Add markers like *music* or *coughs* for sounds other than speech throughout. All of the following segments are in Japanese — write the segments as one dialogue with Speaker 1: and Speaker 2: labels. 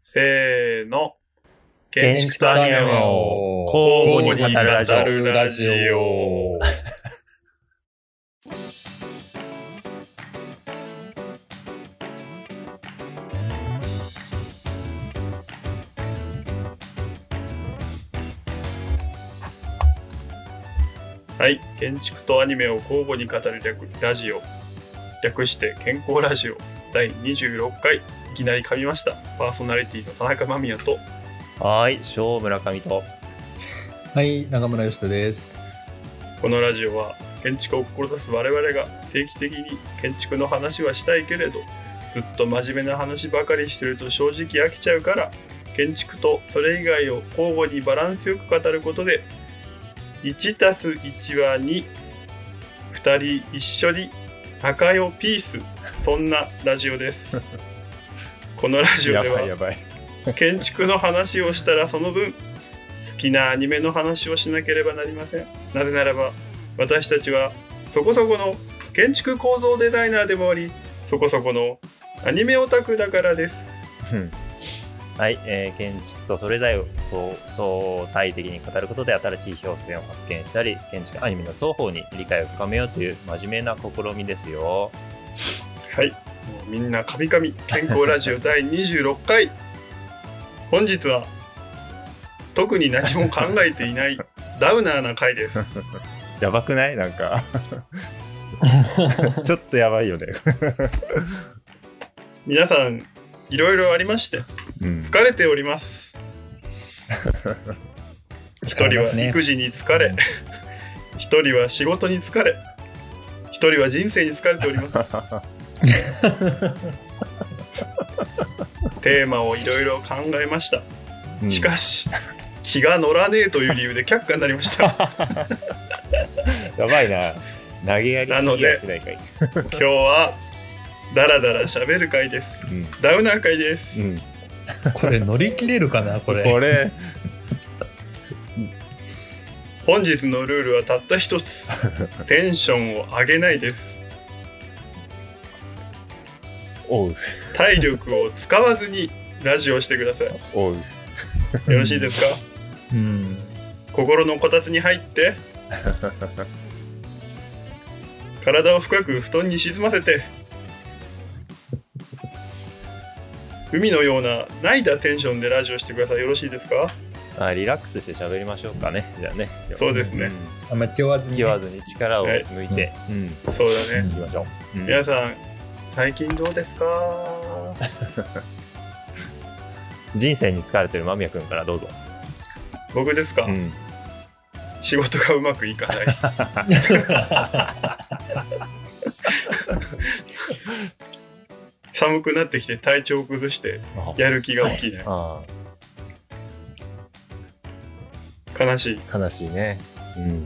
Speaker 1: せーの。
Speaker 2: 建築とアニメを交互に語るラジオ。
Speaker 1: ラジオ。はい。建築とアニメを交互に語る略ラジオ。略して健康ラジオ第26回。いきなり噛みました。パーソナリティの田中間宮と
Speaker 2: はーい、小村上と。
Speaker 3: はい、中村義人です。
Speaker 1: このラジオは建築を志す我々が定期的に建築の話はしたいけれどずっと真面目な話ばかりしてると正直飽きちゃうから建築とそれ以外を交互にバランスよく語ることで 1+1 は22人一緒に仲良ピースそんなラジオですこのラジオでは
Speaker 2: ばい。
Speaker 1: 建築の話をしたらその分好きなアニメの話をしなければなりませんなぜならば私たちはそこそこの建築構造デザイナーでもありそこそこのアニメオタクだからです
Speaker 2: うんはい、えー建築とそれぞれをこう相対的に語ることで新しい表現を発見したり、建築アニメの双方に理解を深めようという真面目な試みですよ。
Speaker 1: はいもうみんなカビカビ健康ラジオ *laughs* 第26回本日は特に何も考えていないダウナーな回です
Speaker 2: やばくないなん *laughs* か。ちょっとやばいよね。
Speaker 1: 皆さんいろいろありまして
Speaker 2: うん
Speaker 1: 疲れており
Speaker 3: *laughs*
Speaker 1: ます一
Speaker 3: 疲
Speaker 1: 人
Speaker 3: れま
Speaker 1: は
Speaker 3: すね
Speaker 1: 育児に疲れ、一人は仕事に疲れ、一人は人生に疲れております。
Speaker 3: *laughs*
Speaker 1: テーマをいろいろ考えました。
Speaker 2: うん
Speaker 1: しかし、気が乗らねえという理由で却下になりました。
Speaker 3: *laughs*
Speaker 2: やばいな。投げやりすぎやしないかい。
Speaker 1: 今日は、ダラダラ喋る会です。
Speaker 2: うん
Speaker 1: ダウナー会です。
Speaker 2: うん
Speaker 3: これ乗り切れるかなこれ。
Speaker 2: これ、
Speaker 1: 本日のルールはたった一
Speaker 3: *laughs*
Speaker 1: つ。テンションを上げないです。
Speaker 2: おう、
Speaker 1: 体力を使わずにラジオしてください。よ
Speaker 2: おう。
Speaker 1: ろしいですか
Speaker 3: うん。
Speaker 1: 心のこたつに入って体を深く布団に沈ませて海のような泣いたテンションでラジオしてくださいよろしいですか
Speaker 2: あリラックスして喋りましょうかね。じゃあね。
Speaker 1: そうですね
Speaker 2: う
Speaker 3: あんまり気負わず
Speaker 2: ん
Speaker 3: に。
Speaker 2: 気負わずに力を抜いて、うん
Speaker 1: そうだね
Speaker 2: 行きましょう。うん
Speaker 1: 皆さん最近どうですか
Speaker 2: 人生に疲れてる間宮君からどうぞ。
Speaker 1: 僕ですか、
Speaker 2: うん
Speaker 1: 仕事がうまくいかない寒くなってきて体調を崩して
Speaker 2: あ
Speaker 1: やる気が起きない
Speaker 2: あ
Speaker 1: 悲しい
Speaker 2: 悲しいね。うん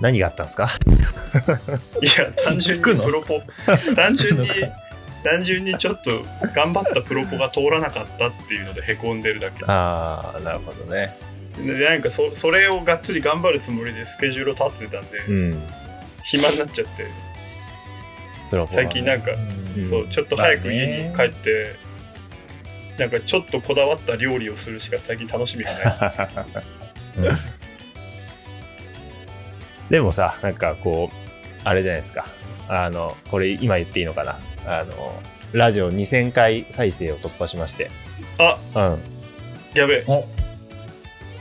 Speaker 2: 何があったんですか
Speaker 1: いや、単純に
Speaker 3: *laughs* 聞くの
Speaker 1: プロ
Speaker 3: *laughs*
Speaker 1: ポ、単純に、単純にちょっと頑張ったプロポが通らなかったっていうのでへこんでるだけ。
Speaker 2: ああ、なるほどね。
Speaker 1: で、なんかそ、それをがっつり頑張るつもりでスケジュールを立ってたんで、
Speaker 2: うん。
Speaker 1: 暇になっちゃって、
Speaker 2: プロポはね
Speaker 1: 最近なんか、
Speaker 3: うん
Speaker 1: そう、ちょっと早く家に帰って、なんかちょっとこだわった料理をするしか最近楽しみがない。
Speaker 2: でもさ、なんかこう、あれじゃないですか。あの、これ今言っていいのかな。あの、ラジオ2000回再生を突破しまして。
Speaker 1: あ
Speaker 2: うん。
Speaker 1: *laughs* やべえ、
Speaker 3: お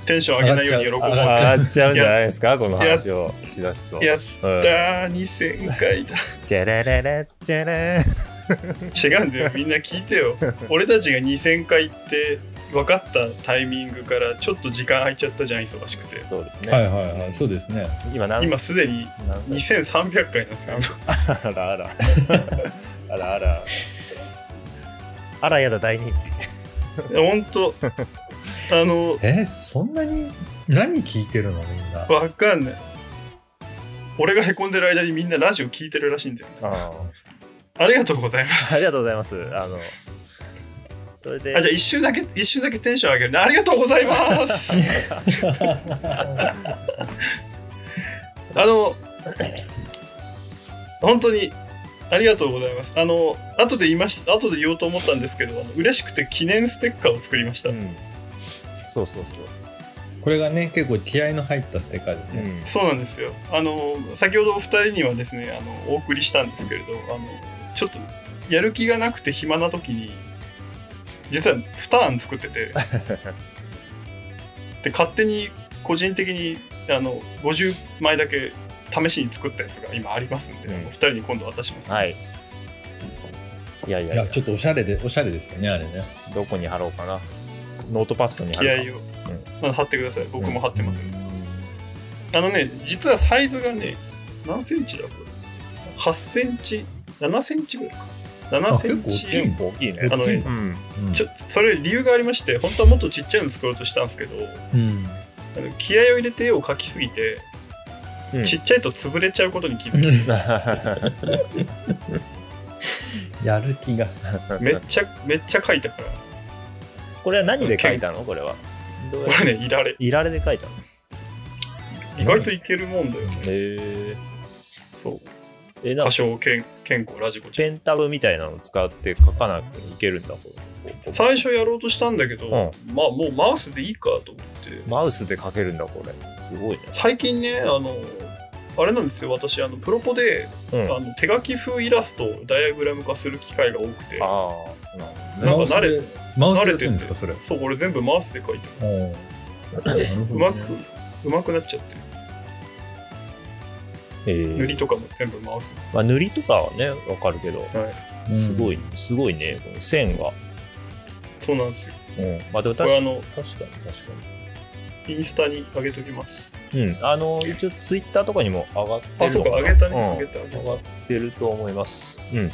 Speaker 1: テンション上げないように喜
Speaker 3: 上
Speaker 1: ぼう
Speaker 3: がっち
Speaker 1: や
Speaker 3: ゃ
Speaker 1: っ
Speaker 2: 上がっちゃうんじゃないですかこの話をしだすと。
Speaker 1: やっ
Speaker 2: うん
Speaker 1: たー、2000回だ。
Speaker 2: チャラララチャラ
Speaker 1: 違うんだよみんな聞いて
Speaker 3: *laughs*
Speaker 1: よ俺たちが2000回って分かったタイミングからちょっと時間空いちゃったじゃん忙しくて
Speaker 2: そうですね。
Speaker 3: はいはいはい。そうですね。
Speaker 2: 今何
Speaker 1: 今すでに
Speaker 2: 何歳
Speaker 1: 2300回なんです
Speaker 3: *laughs*
Speaker 1: よ
Speaker 2: あらあら。 *laughs* あらあら。あらやだ大人気。
Speaker 1: ほんとあの
Speaker 3: えーそんなに何聞いてるのみんな。
Speaker 1: 分かんない俺がへこんでる間にみんなラジオ聞いてるらしいんだよ
Speaker 2: あ
Speaker 1: ありがとうございます
Speaker 2: ありがとうございます。あの、それで、
Speaker 1: あじゃあ一瞬だけ一瞬だけテンション上げるねありがとうございますあの本当にありがとうございます。あの、後で言いまし、後で言おうと思ったんですけど、あの嬉しくて記念ステッカーを作りました。
Speaker 2: うん、そうそうそう、
Speaker 3: これがね、結構気合の入ったステッカーで
Speaker 2: う
Speaker 3: ね。
Speaker 2: ん、
Speaker 1: そうなんですよ。あの、先ほどお二人にはですね、あの、お送りしたんですけれど、あの、ちょっと、やる気がなくて暇な時に、実は2案作って
Speaker 2: *laughs*
Speaker 1: て、で、勝手に個人的に、あの、50枚だけ試しに作ったやつが今ありますんで、
Speaker 2: うん
Speaker 1: あのお二人に今度渡します。
Speaker 2: はいいやいや
Speaker 3: い
Speaker 2: いや
Speaker 3: や、ちょっとおしゃれで、おしゃれですよね、あれね。
Speaker 2: どこに貼ろうかなノートパソコンに貼
Speaker 1: 気合
Speaker 2: る
Speaker 1: を、あの貼ってください。
Speaker 2: か
Speaker 1: 僕も貼ってますんで
Speaker 3: う
Speaker 1: あのね、実はサイズがね、何センチだこれ ?8 センチ、7センチぐらいか。7
Speaker 3: あ
Speaker 1: セン
Speaker 3: 結構大き
Speaker 1: チ
Speaker 2: か大きい
Speaker 3: い。
Speaker 2: ね
Speaker 1: あのね
Speaker 2: う、ん
Speaker 3: ん
Speaker 1: ちょそれ理由がありまして、本当はもっとちっちゃいの作ろうとしたんですけど、
Speaker 3: うん。
Speaker 1: あの気合を入れて絵を描きすぎて、
Speaker 2: うん
Speaker 1: ちっちゃいと潰れちゃうことに気づき、
Speaker 3: やる気が。
Speaker 1: めっちゃ、めっちゃ描いたから、
Speaker 2: *laughs* これは何で書いたの *laughs* これはどうや
Speaker 1: これね、いられ。
Speaker 2: いられで書いたの
Speaker 1: 意外といけるもんだよね。
Speaker 2: へ
Speaker 1: そう。
Speaker 2: ええなん
Speaker 1: 多
Speaker 2: か
Speaker 1: 少けん、健康ラジコちゃ
Speaker 2: ペンタブみたいなのを使って書かなくていけるんだこうこ
Speaker 1: ん。
Speaker 2: う
Speaker 1: 最初やろうとしたんだけど、まあもうマウスでいいかと思って、
Speaker 2: マウスで書けるんだこれすごいね
Speaker 1: 最近ねあのあれなんですよ私あのプロポで、
Speaker 2: うん
Speaker 1: あの手書き風イラストをダイアグラム化する機会が多くて
Speaker 2: ああなる
Speaker 1: なんか慣れ
Speaker 3: マウスでマウス
Speaker 1: 慣れ
Speaker 3: でやって
Speaker 1: て
Speaker 3: るん
Speaker 1: ん
Speaker 3: ですか、それ。
Speaker 1: そう俺全部マウスで書いて
Speaker 3: お
Speaker 1: ます
Speaker 3: ーなる
Speaker 1: う
Speaker 3: ほど
Speaker 1: ま
Speaker 3: ね
Speaker 1: くうまくなっちゃってる
Speaker 2: ほどへえ
Speaker 1: 塗りとかも全部マウス
Speaker 2: まあ、塗りとかはねわかるけど
Speaker 3: うん
Speaker 2: すごい、すごいねこの線が、
Speaker 1: そうなんですよ
Speaker 2: うん、まあでも
Speaker 1: こ
Speaker 2: 確
Speaker 1: れあ
Speaker 2: か
Speaker 1: の
Speaker 2: 確かに確か
Speaker 1: インスタに上げときます
Speaker 2: にうんあの一応ツイッターとかにも上がってるのか
Speaker 1: あ
Speaker 2: な
Speaker 1: そうか上げたね、
Speaker 2: うん
Speaker 1: 上げた上げ
Speaker 2: 上
Speaker 1: た
Speaker 2: がってると思います。うん。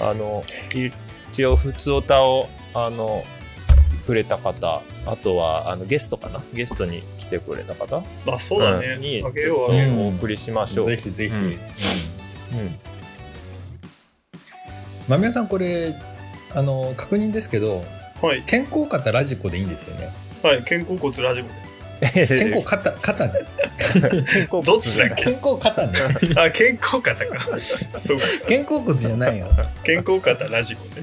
Speaker 2: あの、い一応、普通歌を、あの、くれた方、あとは、あの、ゲストかなゲストに来てくれた方
Speaker 1: まあそうだね、
Speaker 2: うんに
Speaker 1: 上げよう
Speaker 3: う
Speaker 1: 上げよ
Speaker 3: ん
Speaker 2: お送りしましょう。
Speaker 3: ぜひぜひ。
Speaker 2: う
Speaker 3: うんん
Speaker 2: うん。
Speaker 3: 間宮さん、これ、あの、確認ですけど、
Speaker 1: うはい
Speaker 3: 健康肩ラジコでいいんですよね。
Speaker 1: はい肩甲骨ラジコです
Speaker 2: *laughs*
Speaker 3: 健康肩、
Speaker 1: *laughs*
Speaker 3: 肩ね。
Speaker 2: 健康
Speaker 1: どっちだっけ
Speaker 3: 健康肩ね。
Speaker 1: あ肩甲肩か *laughs* そうか
Speaker 3: 肩甲骨じゃ
Speaker 1: *laughs*
Speaker 3: ないよ。
Speaker 1: 肩甲肩ラジコね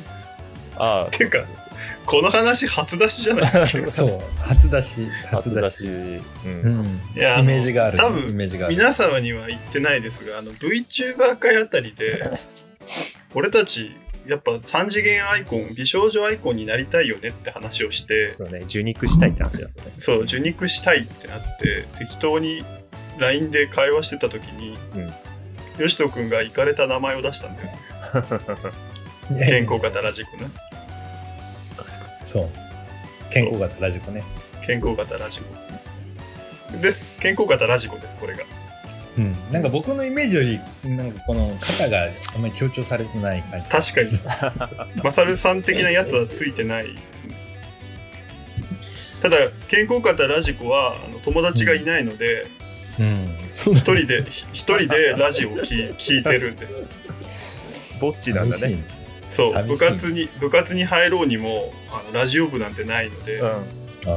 Speaker 2: ああ。
Speaker 1: ていうかこの話初出しじゃない
Speaker 3: そう。初出し、
Speaker 2: 初
Speaker 3: 初
Speaker 2: 出
Speaker 3: 出
Speaker 2: し。
Speaker 3: し。
Speaker 2: う。
Speaker 3: うんん。
Speaker 1: いやあの
Speaker 3: イメージがある。
Speaker 1: 多分
Speaker 3: イメージがある。
Speaker 1: 皆様には言ってないですがあの VTuber 界あたりで俺たちやっぱ三次元アイコン美少女アイコンになりたいよねって話をして
Speaker 2: そうね、受肉したいって話だったね。
Speaker 1: そう受肉したいってなって適当に LINE で会話してた時に、よしとくんがイカれた名前を出したんだよ健康型ラジコね
Speaker 3: そう。健康型ラジコね。
Speaker 1: 健康型ラジコです健康型ラジコですこれが
Speaker 3: うん。なんか僕のイメージより、なんかこの肩があんまり強調されてない感じ。
Speaker 1: 確かに
Speaker 3: *laughs*
Speaker 1: マサルさん的なやつはついてないですねただ健康型ラジコはあの友達がいないので
Speaker 3: うん。そうな
Speaker 1: 一、人でひ一人でラジオを聞い聞いてるんです
Speaker 2: ぼっちなんだね。。
Speaker 1: そう
Speaker 3: 寂し
Speaker 1: 部
Speaker 3: い
Speaker 1: 活に部活に入ろうにもあのラジオ部なんてないので
Speaker 2: うん。
Speaker 3: ああ。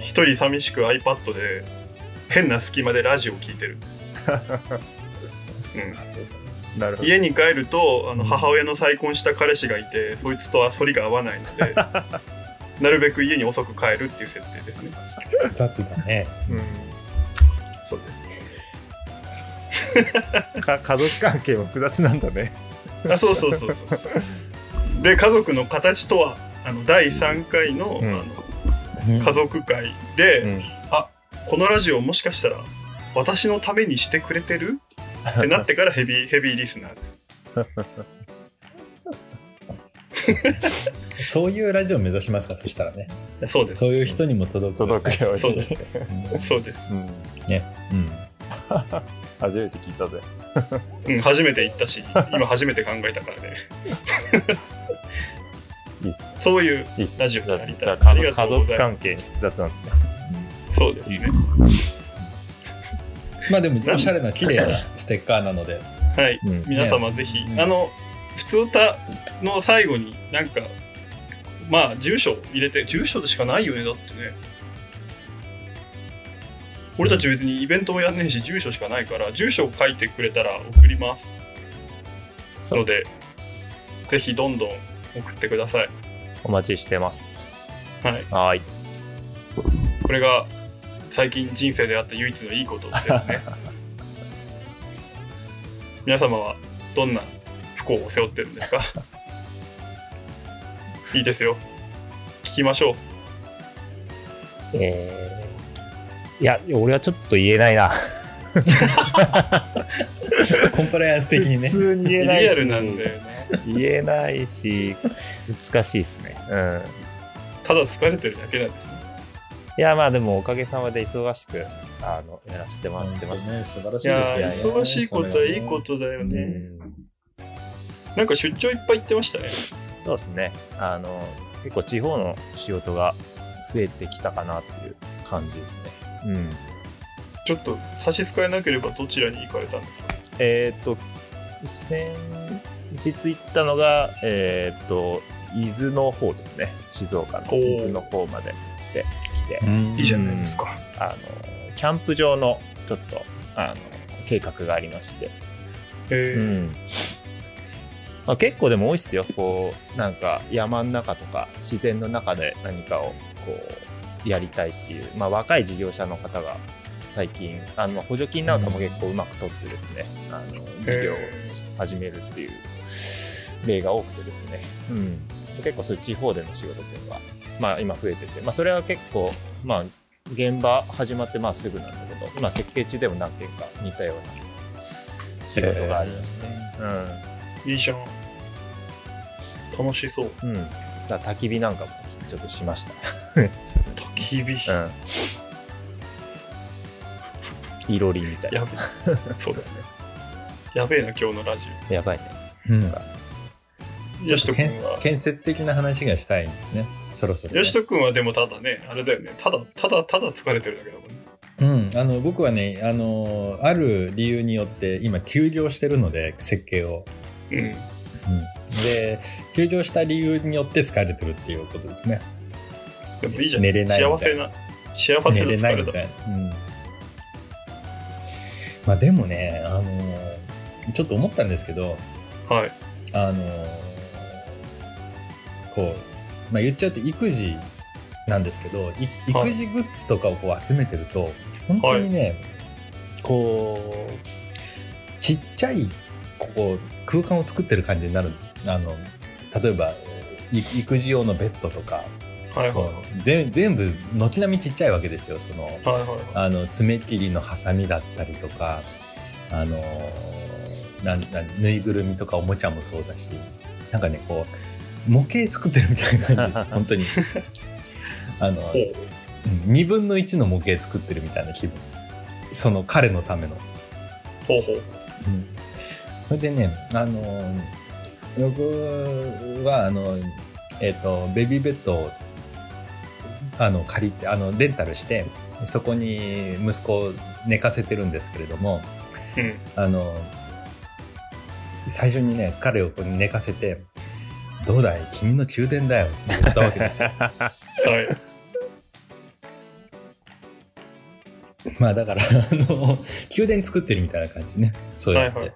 Speaker 1: 一、人寂しく iPad で変な隙間でラジオを聞いてるんです、うん
Speaker 2: なるほど。
Speaker 1: 家に帰るとあの
Speaker 3: うん
Speaker 1: 母親の再婚した彼氏がいてそいつとは反りが合わないの
Speaker 2: *laughs*
Speaker 1: でなるべく家に遅く帰るっていう設定ですね
Speaker 3: 雑だね。
Speaker 1: そうです
Speaker 2: うん。か家族関係も複雑なんだね。
Speaker 1: あそうそうそうそうそう
Speaker 2: *laughs*
Speaker 1: で家族の形とはあの第3回の,、
Speaker 2: うん
Speaker 1: あの家族会で、
Speaker 2: うん。
Speaker 1: このラジオもしかしたら私のためにしてくれてるってなってからヘビーヘビーリスナーです
Speaker 3: そういうラジオを目指しますか、そしたらね。
Speaker 1: そうです
Speaker 3: そういう人にも届く。
Speaker 2: 届くように
Speaker 1: そうですそうです、
Speaker 2: うん、
Speaker 3: うん。
Speaker 2: 初めて聞いたぜ
Speaker 1: うん、初めて行ったし今初めて考えたからね
Speaker 2: いいっすね
Speaker 1: そういう
Speaker 2: いいっすね
Speaker 1: ラジオになりたい
Speaker 2: じゃあ家
Speaker 1: あり
Speaker 2: 族
Speaker 1: がと
Speaker 2: 家
Speaker 1: うございます
Speaker 2: 族関係複雑なんだね
Speaker 1: そうです
Speaker 2: いい
Speaker 1: ね
Speaker 2: っすね
Speaker 3: まあでも、おしゃれな、綺麗なステッカーなの
Speaker 1: *laughs*
Speaker 3: で。
Speaker 1: はい
Speaker 2: うん
Speaker 1: 皆様ぜひ、
Speaker 3: うん
Speaker 1: あの普通歌の最後になんかまあ住所入れて住所でしかないよねだってね俺たち別にイベントもやんねえし住所しかないから住所を書いてくれたら送ります
Speaker 2: そ
Speaker 1: の
Speaker 2: う
Speaker 1: でぜひどんどん送ってください
Speaker 2: お待ちしてます
Speaker 1: はい
Speaker 2: はい
Speaker 1: これが最近人生であった唯一のいいことです *laughs* ね皆様はどんな不幸を背負ってるん *laughs* ですかいいですよ聞きましょう
Speaker 2: えーいや俺はちょっと言えない *laughs* な
Speaker 3: コンプライアンス的にね
Speaker 2: 普。通に言えないし
Speaker 1: リアルなんだよね
Speaker 2: 言えないし難しいですねうん
Speaker 1: ただ疲れてるだけなんですね
Speaker 2: いやまあでもおかげさまで忙しくあのやらせてもらってま
Speaker 3: ね
Speaker 2: す、
Speaker 3: 素晴らし
Speaker 1: い
Speaker 3: いで
Speaker 1: やー
Speaker 3: すよね。
Speaker 1: 忙しいことはいいことだよね、
Speaker 2: うん
Speaker 1: なんか出張いっぱい行ってましたね
Speaker 2: そうですねあの結構地方の仕事が増えてきたかなっていう感じですねうん
Speaker 1: ちょっと差し支えなければどちらに行かれたんですか
Speaker 2: えーっと先日行ったのがえーっと伊豆の方ですね静岡
Speaker 1: お
Speaker 2: の
Speaker 1: ー
Speaker 2: 伊豆の方までで来て
Speaker 3: うん
Speaker 1: いいじゃないですか
Speaker 2: あのキャンプ場のちょっとあの計画がありまして
Speaker 1: へ
Speaker 2: う
Speaker 1: ー
Speaker 2: んまあ、結構でも多いっすよこうなんか山の中とか自然の中で何かをこうやりたいっていう、まあ、若い事業者の方が最近あの補助金なんかも結構うまく取ってですね、あの事業を始めるっていう例が多くてですね、うん、結構そういう地方での仕事っていうのは、まあ、今増えてて、まあ、それは結構、まあ、現場始まってまあすぐなんだけど今設計中でも何件か似たような仕事がありますね。
Speaker 1: いいじゃん楽しそう
Speaker 2: うん、うん、だから焚き火なんかもちょっとしまし
Speaker 1: 焚き火、
Speaker 2: た。うんいろりみたい
Speaker 1: *laughs* や
Speaker 2: な。
Speaker 1: べえそうだよねやべえな今日のラジ
Speaker 2: やばいね。
Speaker 3: うん
Speaker 1: オよしとくん
Speaker 3: 建
Speaker 1: は
Speaker 3: 建設的な話がしたいんですね。そろそろ、ね。
Speaker 1: よしとくんはでもただねあれだよねただただただ疲れてるだけだもんね
Speaker 3: うん、あの僕はねあの、ある理由によって今、休業してるので、設計を。
Speaker 1: うん
Speaker 3: うん、で、休業した理由によって疲れてるっていうことですね。
Speaker 1: でもいいじゃん
Speaker 3: 寝れないみ
Speaker 1: 幸
Speaker 3: た
Speaker 1: せ
Speaker 3: い
Speaker 1: な幸せな
Speaker 3: 寝れない
Speaker 1: 疲れ
Speaker 3: み
Speaker 1: だ
Speaker 3: たいな。うんまあ、でもね、あのちょっと思ったんですけど、
Speaker 1: はい
Speaker 3: あのこう、まあ、言っちゃうと育児なんですけどい
Speaker 1: はい
Speaker 3: 育児グッズとかをこう集めてると、本当にね、こうちっちゃいここ空間を作ってる感じになるんですよ。あの例えばい育児用のベッドとか
Speaker 1: はいはい
Speaker 3: こうぜん全部軒並みちっちゃいわけですよその
Speaker 1: はいはいは
Speaker 3: あの爪切りのハサミだったりとかあのなんなんぬいぐるみとかおもちゃもそうだしなんかねこう模型作ってるみたいな感じ本当にあの
Speaker 1: い
Speaker 3: 2分の1の模型作ってるみたいな気分その彼のための。
Speaker 1: ほうほうほう
Speaker 3: うんそれでねあの僕はあの、えっとベビーベッドをあの借りてあのレンタルしてそこに息子を寝かせてるんですけれども
Speaker 1: うん
Speaker 3: あの最初にね彼をこう寝かせて「どうだい君の宮殿だよ」って言ったわけで
Speaker 1: *laughs*
Speaker 3: すよ。
Speaker 1: はい
Speaker 3: まあだからあの宮殿作ってるみたいな感じねそう
Speaker 1: は
Speaker 3: や
Speaker 1: い
Speaker 3: って。
Speaker 1: はい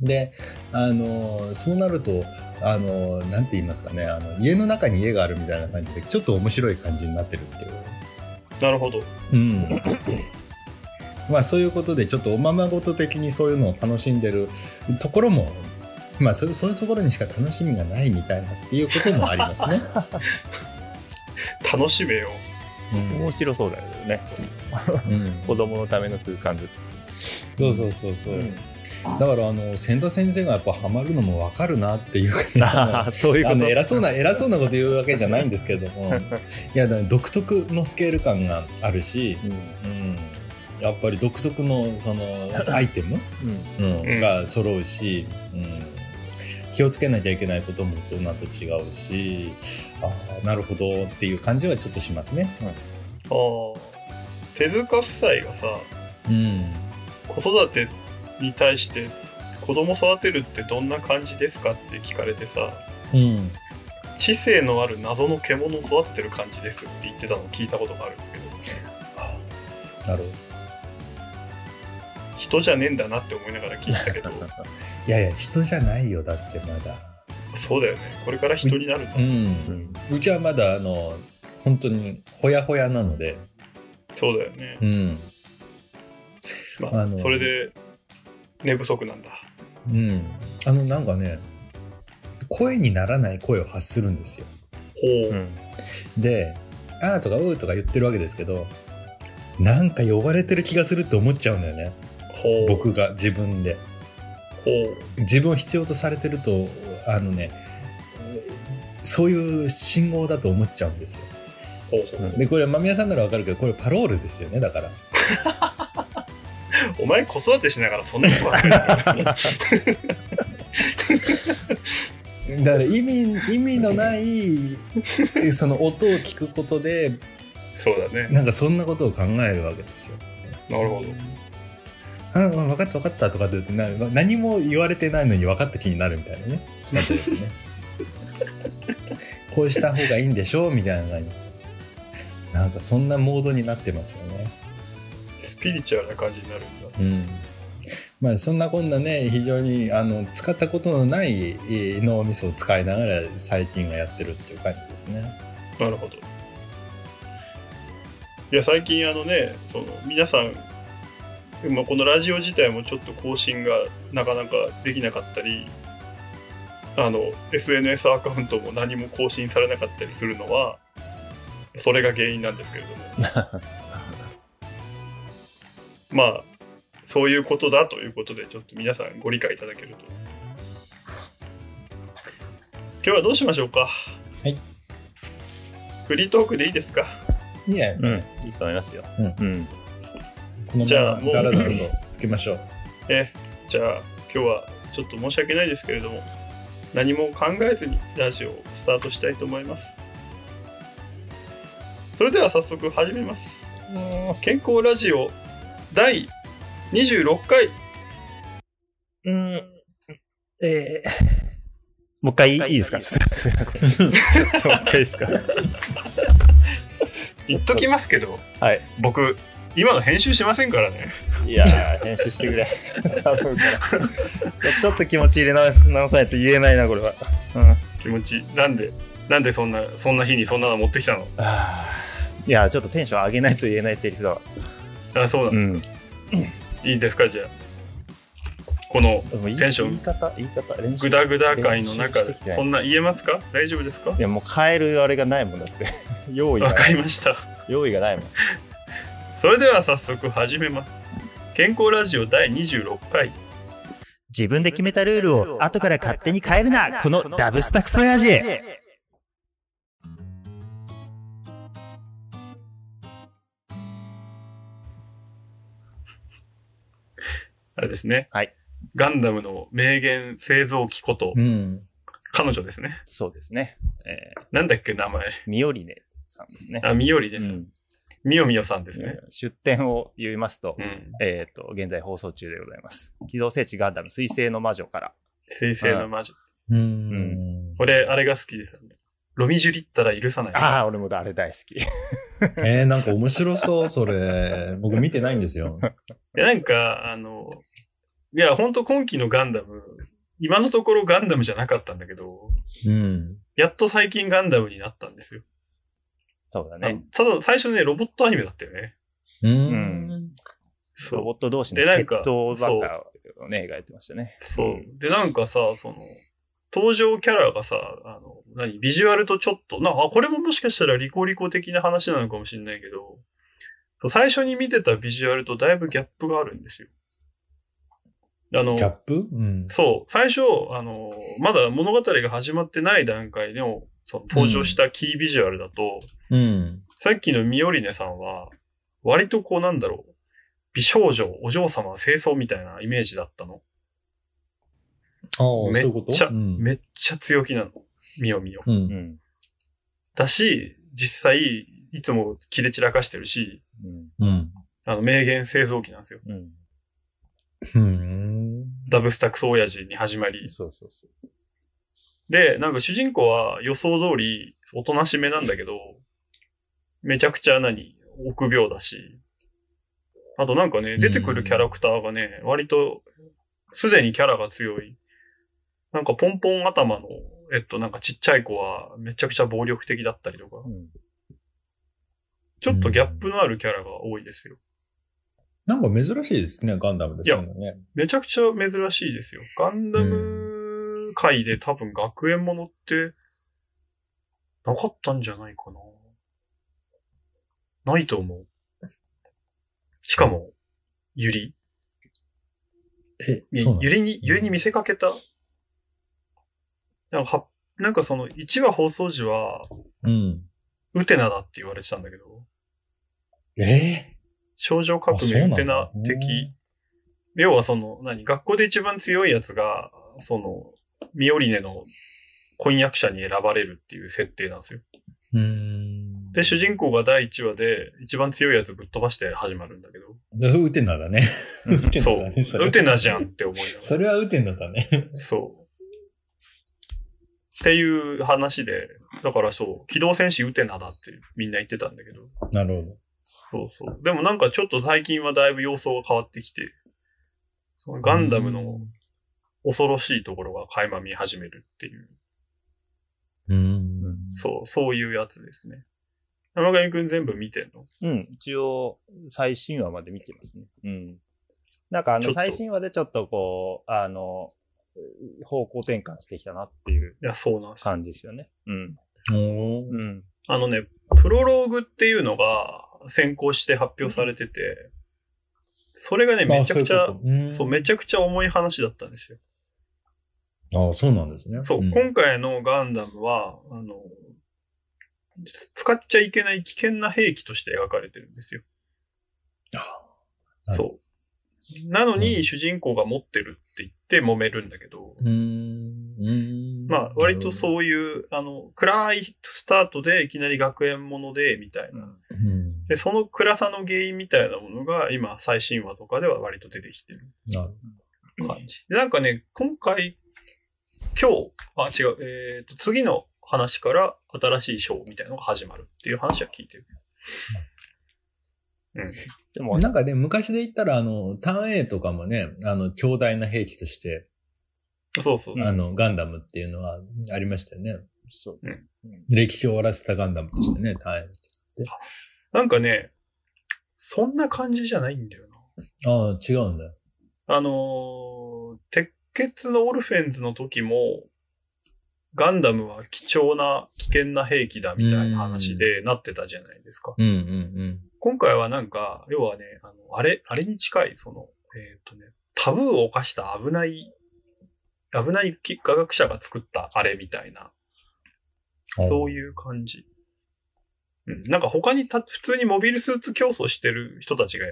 Speaker 3: であのそうなるとあのなんて言いますかねあの家の中に家があるみたいな感じでちょっと面白い感じになってるっていう、
Speaker 1: なるほど
Speaker 3: うん、 *coughs* まあそういうことでちょっとおままごと的にそういうのを楽しんでるところもまあそういうそういうところにしか楽しみがないみたいなっていうこともあります
Speaker 2: *laughs*
Speaker 3: ね。
Speaker 1: 楽しめよ
Speaker 2: 面白そうだけどね。そう
Speaker 3: うんうん
Speaker 2: 子供のための空間作
Speaker 3: そうそうそうそう、
Speaker 2: り。
Speaker 3: だからあの千田先生がやっぱハマるのもわかるなっていう
Speaker 2: ああ、 *laughs* そういうこ
Speaker 3: あ
Speaker 2: と。
Speaker 3: の偉そうな偉そうなこと言うわけじゃないんですけれど *laughs* もいやだから独特のスケール感があるし、
Speaker 2: うん。
Speaker 3: うん、やっぱり独特のそのアイテム、
Speaker 2: うん
Speaker 3: *laughs* うん
Speaker 1: うん
Speaker 3: が揃うし、うん、気をつけなきゃいけないことも大人と違うしああなるほどっていう感じはちょっとしますね。
Speaker 1: あー手塚夫妻がさ
Speaker 3: うん
Speaker 1: 子育てに対して子供育てるってどんな感じですかって聞かれてさ
Speaker 3: うん
Speaker 1: 知性のある謎の獣を育ててる感じですって言ってたのを聞いたことがあるんだけど
Speaker 3: なるほど
Speaker 1: ひ人じゃねえんだなって思いながら聞いてたけど *laughs*
Speaker 3: いやいや人じゃないよだってまだ
Speaker 1: そうだよねこれから人になるんだ
Speaker 3: う
Speaker 2: うんん
Speaker 3: うちはまだあの本当にほやほやなので
Speaker 1: そうだよね
Speaker 3: うん
Speaker 1: ま
Speaker 3: あ
Speaker 1: あ
Speaker 3: の
Speaker 1: それで寝不足なんだ
Speaker 3: うんあのなんかね声にならない声を発するんですよ
Speaker 1: ほう、
Speaker 2: うん
Speaker 3: で「あー」とか「うー」とか言ってるわけですけどなんか呼ばれてる気がするって思っちゃうんだよね
Speaker 1: ほう
Speaker 3: 僕が自分で
Speaker 1: ほう
Speaker 3: 自分を必要とされてるとあのねそういう信号だと思っちゃうんですよ
Speaker 1: ほうほう、
Speaker 3: でこれ間宮さんならわかるけどこれパロールですよねだから
Speaker 1: お前子育てしながらそんなことばっかり *laughs* だな
Speaker 3: だから意味意味のない *laughs* その音を聞くことで
Speaker 1: そうだね
Speaker 3: なんかそんなことを考えるわけですよ
Speaker 1: なるほど
Speaker 3: ああ分かった分かったとかって言ってな何も言われてないのに分かった気になるみたい
Speaker 4: *laughs*
Speaker 3: なね例えばねこうした方がいいんでしょうみたいな感じなんかそんなモードになってますよね
Speaker 1: スピリチュアルな感じになるんだ
Speaker 3: うんまあそんなこんなね非常にあの使ったことのないえー脳みそを使いながら最近はやってるっていう感じですね
Speaker 1: なるほどいや最近あのねその皆さんまあこのラジオ自体もちょっと更新がなかなかできなかったりあの SNS アカウントも何も更新されなかったりするのはそれが原因なんですけれどもまあそういうことだということでちょっと皆さんご理解いただけると今日はどうしましょうか
Speaker 3: はい
Speaker 1: フリートークでいいですか
Speaker 3: いや
Speaker 2: うん、いいと思いますよ。
Speaker 3: うん
Speaker 2: うん、
Speaker 3: この
Speaker 1: じゃあ
Speaker 3: ま
Speaker 1: も
Speaker 3: ま
Speaker 1: う
Speaker 3: だらだらと続けましょう
Speaker 1: えじゃあ今日はちょっと申し訳ないですけれども何も考えずにラジオをスタートしたいと思いますそれでは早速始めます健康ラジオ第26回
Speaker 2: うん、えー、もう一回いいですかすいませんちょっとちょっともう一回いいですか
Speaker 1: 言っときますけど
Speaker 2: はい。
Speaker 1: 僕今の編集しませんからね
Speaker 2: いやー、編集してく *laughs* れ。頼むから。ちょっと気持ち入れ直す直さないと言えないな、これは。うん。
Speaker 1: 気持ちなんでなんでそんなそんな日にそんなの持ってきたの
Speaker 2: あーいやー、ちょっとテンション上げないと言えないセリフだわ。
Speaker 1: あそうなん
Speaker 2: う
Speaker 1: です
Speaker 2: ん。
Speaker 1: いいですかじゃあこの
Speaker 2: でもいい
Speaker 1: テンション
Speaker 2: 言い方、言い方、練習
Speaker 1: グダグダ会の中
Speaker 2: 練習し
Speaker 1: で
Speaker 2: てきてない
Speaker 1: そんな言えますか大丈夫ですか
Speaker 2: いや、もう変えるあれがないもんだ *laughs* って。用意が
Speaker 1: わか
Speaker 2: ない、
Speaker 1: りました
Speaker 2: 用意がないもん。
Speaker 1: それでは早速始めます健康ラジオ第26回
Speaker 2: 自分で
Speaker 4: 決めたルールを後から勝手に変えるなこのダブスタクソヤジ
Speaker 1: あれですね、
Speaker 2: はい
Speaker 1: ガンダムの名言製造機こと
Speaker 3: うん
Speaker 1: 彼女ですね
Speaker 2: そうですね。え
Speaker 1: なんだっけ名前
Speaker 2: ー、ミオリネさんですね。
Speaker 1: あみよりです、
Speaker 2: うん
Speaker 1: みよみよさんですね、
Speaker 2: 出典を言いますと
Speaker 1: う、ん、
Speaker 2: えっ、と、現在放送中でございます。機動戦士ガンダム、水星の魔女から。
Speaker 1: 水星の魔女
Speaker 3: うん
Speaker 2: ん
Speaker 1: 俺あれが好きですよねロミジュリったら許さない
Speaker 2: ああ、俺もあれ大好き。 *laughs*
Speaker 3: えー、なんか面白そう、それ。僕見てないんですよ。
Speaker 1: いやなんかあのいや本当今期のガンダム今のところガンダムじゃなかったんだけど
Speaker 3: うん。
Speaker 1: やっと最近ガンダムになったんですよ、
Speaker 2: そうだ
Speaker 1: あ
Speaker 2: ね
Speaker 1: の。ただ最初ねロボットアニメだったよね
Speaker 3: うんん。
Speaker 1: そう
Speaker 2: ロボット同士の
Speaker 1: でな
Speaker 2: 決
Speaker 1: んか
Speaker 2: 闘ばっかをね、描いてましたね。
Speaker 1: そう
Speaker 2: うん。
Speaker 1: で、なんかさ、その、登場キャラがさ、あの、何、ビジュアルとちょっと、な、あ、これももしかしたらリコリコ的な話なのかもしれないけど、そう最初に見てたビジュアルとだいぶギャップがあるんですよ。あの
Speaker 3: キ、ャップうん。
Speaker 1: そう、最初、あの、まだ物語が始まってない段階でも、その登場したキービジュアルだと、
Speaker 3: うん。
Speaker 1: さっきのミオリネさんは、割とこうなんだろう、美少女、お嬢様、清掃みたいなイメージだったの。
Speaker 3: ああ、そう
Speaker 1: め
Speaker 3: い
Speaker 1: っ
Speaker 3: うこと
Speaker 1: ちゃ、
Speaker 3: うん。
Speaker 1: めっちゃ強気なの。みよみよ。
Speaker 3: う。
Speaker 2: うんん。
Speaker 1: だし、実際、いつも切れ散らかしてるし、
Speaker 2: うん。
Speaker 3: うん。
Speaker 1: あの、名言製造機なんですよ。
Speaker 2: うん。
Speaker 3: うん。
Speaker 1: ダブスタクソ親父に始まり。
Speaker 2: そうそうそう。
Speaker 1: で、なんか主人公は予想通り、おとなしめなんだけど、めちゃくちゃ何、臆病だし、あとなんかね、出てくるキャラクターがね、割と、すでにキャラが強い。なんかポンポン頭の、えっと、なんかちっちゃい子はめちゃくちゃ暴力的だったりとか、
Speaker 2: うん
Speaker 1: ちょっとギャップのあるキャラが多いですよ。
Speaker 3: なんか珍しいですね、ガンダムでそういうのね。
Speaker 1: めちゃくちゃ珍しいですよ。ガンダム界で多分学園ものって、なかったんじゃないかな。ないと思う。しかも、ゆり。
Speaker 3: え、
Speaker 1: ゆ
Speaker 3: そうなんだ
Speaker 1: ゆりに、ゆりに見せかけた。なんかは、なんかその、1話放送時は、
Speaker 3: うん。
Speaker 1: ウテナだって言われてたんだけど、
Speaker 3: え
Speaker 1: 少女革
Speaker 3: あそう
Speaker 1: 命
Speaker 3: なん
Speaker 1: ウ
Speaker 3: だ
Speaker 1: テナ的。要はその、何、学校で一番強いやつが、その、ミオリネの婚約者に選ばれるっていう設定なんですよ。
Speaker 3: ー、うーん。
Speaker 1: で、主人公が第1話で、一番強いやつぶっ飛ばして始まるんだけど、
Speaker 3: だそう、ウテナだね。ウテナ
Speaker 1: そ、
Speaker 3: だね、そうれ
Speaker 1: ウテナじゃんって思いながら。
Speaker 3: それはウテナだね。
Speaker 1: そう。っていう話で、だからそう、機動戦士ウテナだってみんな言ってたんだけど、
Speaker 3: なるほど。
Speaker 1: そうそう。でもなんかちょっと最近はだいぶ様相が変わってきて、そのガンダムの恐ろしいところが垣間見え始めるっていう、
Speaker 3: うん。
Speaker 1: そう、そういうやつですね。山上くん全部見てんの
Speaker 2: うん、一応、最新話まで見てますね。うん。なんか、あ
Speaker 1: ちょ
Speaker 2: の、
Speaker 1: っと
Speaker 2: 最新話でちょっとこう、あの、方向転換してきたなっていう
Speaker 1: いや、そうなんですよ
Speaker 2: 感じですよね。うん。
Speaker 3: おー
Speaker 2: うん。
Speaker 1: あのね、プロローグっていうのが先行して発表されてて、それがね、めちゃくちゃ、
Speaker 3: ゃ
Speaker 1: そう、めちゃくちゃ重い話だったんですよ。
Speaker 3: ああ、そうなんですね。
Speaker 1: そう、
Speaker 3: ん
Speaker 1: 今回のガンダムは、あの、使っちゃいけない危険な兵器として描かれてるんですよ。
Speaker 3: あ
Speaker 1: そう。なの
Speaker 3: うん
Speaker 1: に、主人公が持ってるって言って揉めるんだけど、
Speaker 3: うーん。うーん
Speaker 1: まあ、割と
Speaker 3: う。
Speaker 1: そういう、あの、暗いスタートでいきなり学園もので、みたいな。
Speaker 3: うん
Speaker 1: で、その暗さの原因みたいなものが、今、最新話とかでは割と出てきてる。
Speaker 3: なる
Speaker 1: 感じ。で、なんかね、今回、今日、あ、違う、えっ、と、次の話から新しい章みたいなのが始まるっていう話は聞いてる。
Speaker 2: で
Speaker 3: ほ
Speaker 2: も
Speaker 3: ど、なんかね、昔で言ったら、あの、ターン A とかもね、あの、強大な兵器として、
Speaker 1: そうそう。
Speaker 3: あの、ガンダムっていうのはありましたよね。
Speaker 2: そう。
Speaker 3: 歴史を終わらせたガンダムとしてね、ターン A
Speaker 1: なんかね、そんな感じじゃないんだよ
Speaker 3: ああ、違うんだ。
Speaker 1: な。あのー鉄血のオルフェンズの時も、ガンダムは貴重な危険な兵器だみたいな話でなってたじゃないですか。
Speaker 3: うんうん
Speaker 1: 今回はなんか、要はね、あの、あれ、あれに近い、その、えーっ、とね、タブーを犯した危ない、危ないき科学者が作ったあれみたいな、
Speaker 3: うん。
Speaker 1: そういう感じ。うん、なんか他にた、普通にモビルスーツ競争してる人たちが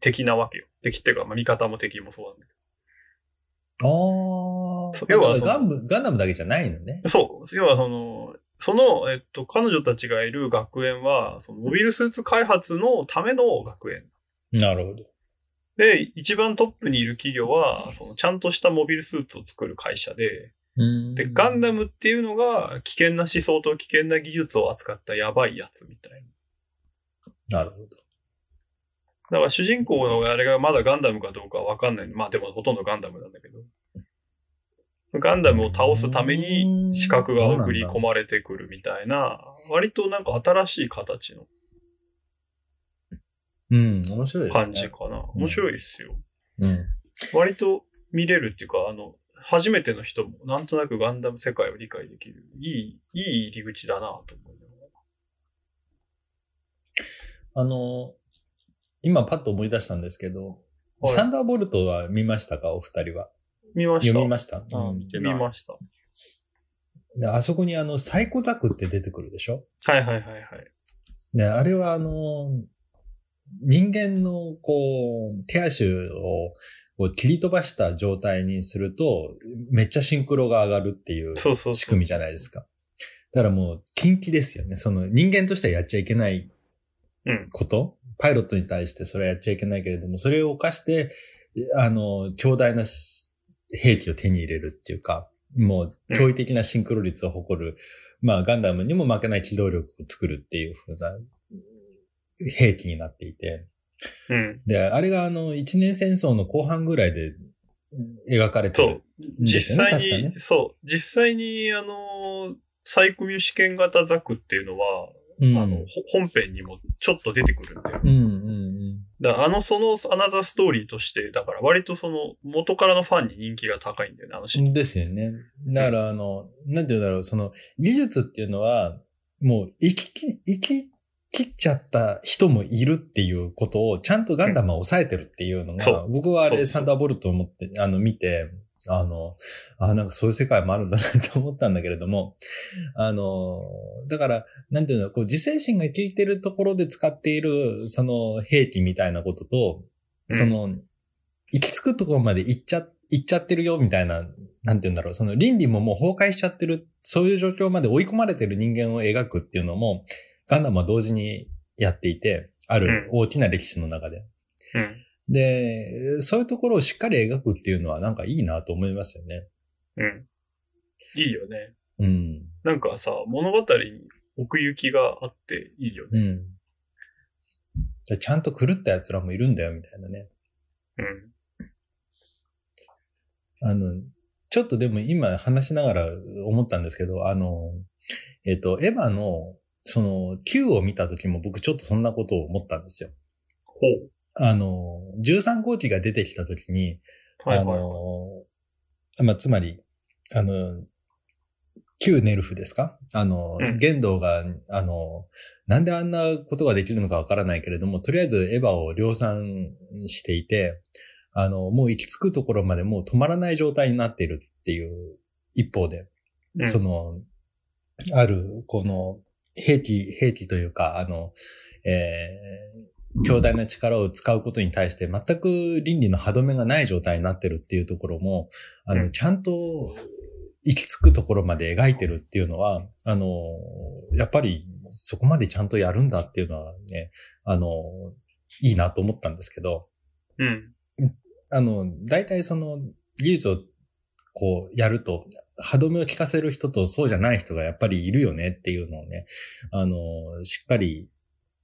Speaker 1: 敵なわけよ。敵っていうか、まあ、味方も敵もそうなんだけ
Speaker 3: ああ
Speaker 1: そう。
Speaker 3: 要
Speaker 1: 要は
Speaker 3: は
Speaker 1: その
Speaker 3: ガンムガンダムだけじゃないのね。
Speaker 1: ど。そう、要はその、その、えっと、彼女たちがいる学園は、そのモビルスーツ開発のための学園。
Speaker 3: なるほど。
Speaker 1: で、一番トップにいる企業は、そのちゃんとしたモビルスーツを作る会社で、で、ガンダムっていうのが危険な思想と危険な技術を扱ったやばいやつみたいな。
Speaker 3: なるほど。
Speaker 1: だから主人公のあれがまだガンダムかどうかはわかんない。まあでもほとんどガンダムなんだけど。ガンダムを倒すために資格が送り込まれてくるみたいな、割となんか新しい形の
Speaker 3: うん、面白いですね。
Speaker 1: 感じかな。面白いっすよ。
Speaker 3: うん。
Speaker 1: 割と見れるっていうか、あの、初めての人もなんとなくガンダム世界を理解できる。いい、いい入り口だなと思いながら
Speaker 3: あの、今パッと思い出したんですけど、
Speaker 1: はい
Speaker 3: サンダーボルトは見ましたかお二人は。
Speaker 1: 見ました。
Speaker 3: 読みました。
Speaker 2: あ
Speaker 3: うん
Speaker 2: 見てない
Speaker 1: 見ました。
Speaker 3: であそこにあの、サイコザクって出てくるでしょ
Speaker 1: はいはいはいはい。
Speaker 3: で、あれはあの、人間のこう、手足をこう切り飛ばした状態にすると、めっちゃシンクロが上がるっていう
Speaker 1: そうそうそう
Speaker 3: 仕組みじゃないですか。だからもう、禁忌ですよね。その人間としてはやっちゃいけない
Speaker 1: うん
Speaker 3: こと、パイロットに対してそれはやっちゃいけないけれども、それを犯して、あの、強大なし兵器を手に入れるっていうか、もう驚異的なシンクロ率を誇る、まあガンダムにも負けない機動力を作るっていう風な兵器になっていて、
Speaker 1: うん。
Speaker 3: で、あれがあの、一年戦争の後半ぐらいで描かれて
Speaker 1: そ
Speaker 3: る
Speaker 1: う。。
Speaker 3: です
Speaker 1: 実
Speaker 3: よね
Speaker 1: 際
Speaker 3: 確か
Speaker 1: に、
Speaker 3: ね
Speaker 1: そう。実際に、あのー、サイコミュ試験型ザクっていうのは、
Speaker 3: うん
Speaker 1: あの、ほ本編にもちょっと出てくるんだよ。
Speaker 3: うんうん
Speaker 1: だからあの、その、アナザーストーリーとして、だから割とその、元からのファンに人気が高いんだよね、あのシ
Speaker 3: う
Speaker 1: ーン。
Speaker 3: ん。ですよね。だからあの、なんて言うんだろう、その、技術っていうのは、もう、生きき、生き切っちゃった人もいるっていうことを、ちゃんとガンダムは抑えてるっていうの
Speaker 1: そ
Speaker 3: が、
Speaker 1: う
Speaker 3: 僕はあ
Speaker 1: そうそ
Speaker 3: れ、
Speaker 1: うそう
Speaker 3: サンダーボルトを持って、あの、見て、あの、あなんかそういう世界もあるんだなって思ったんだけれども、あの、だから、なんていうの、こう、自制心が効いてるところで使っている、その、兵器みたいなことと、その、行き着くところまで行っちゃ、行っちゃってるよ、みたいな、なんていうんだろう、その倫理ももう崩壊しちゃってる、そういう状況まで追い込まれてる人間を描くっていうのも、ガンダムは同時にやっていて、ある大きな歴史の中で。
Speaker 1: うん。
Speaker 3: で、そういうところをしっかり描くっていうのはなんかいいなと思いますよね。
Speaker 1: うん。いいよね。
Speaker 3: うん。
Speaker 1: なんかさ、物語に奥行きがあっていいよね。
Speaker 3: うん。でちゃんと狂った奴らもいるんだよ、みたいなね。
Speaker 1: うん。
Speaker 3: あの、ちょっとでも今話しながら思ったんですけど、あの、えっ、と、エヴァの、その、Q を見た時も僕ちょっとそんなことを思ったんですよ。
Speaker 1: ほ
Speaker 3: あの、13号機が出てきた時に、
Speaker 1: う。はい
Speaker 3: あ
Speaker 1: はい。
Speaker 3: の、まあ、つまり、あの、旧ネルフですかあの
Speaker 1: うん、
Speaker 3: 玄道が、あの、なんであんなことができるのかわからないけれども、とりあえずエヴァを量産していて、あの、もう行き着くところまでもう止まらない状態になっているっていう一方で、
Speaker 1: うん
Speaker 3: その、ある、この、兵器、兵器というか、あの、えー強大な力を使うことに対して全く倫理の歯止めがない状態になってるっていうところも、あ
Speaker 1: う
Speaker 3: の、
Speaker 1: ん
Speaker 3: ちゃんと行き着くところまで描いてるっていうのは、あの、やっぱりそこまでちゃんとやるんだっていうのはね、あの、いいなと思ったんですけど、
Speaker 1: うん。
Speaker 3: あの、大体その技術をこうやると、歯止めを効かせる人とそうじゃない人がやっぱりいるよねっていうのをね、あの、しっかり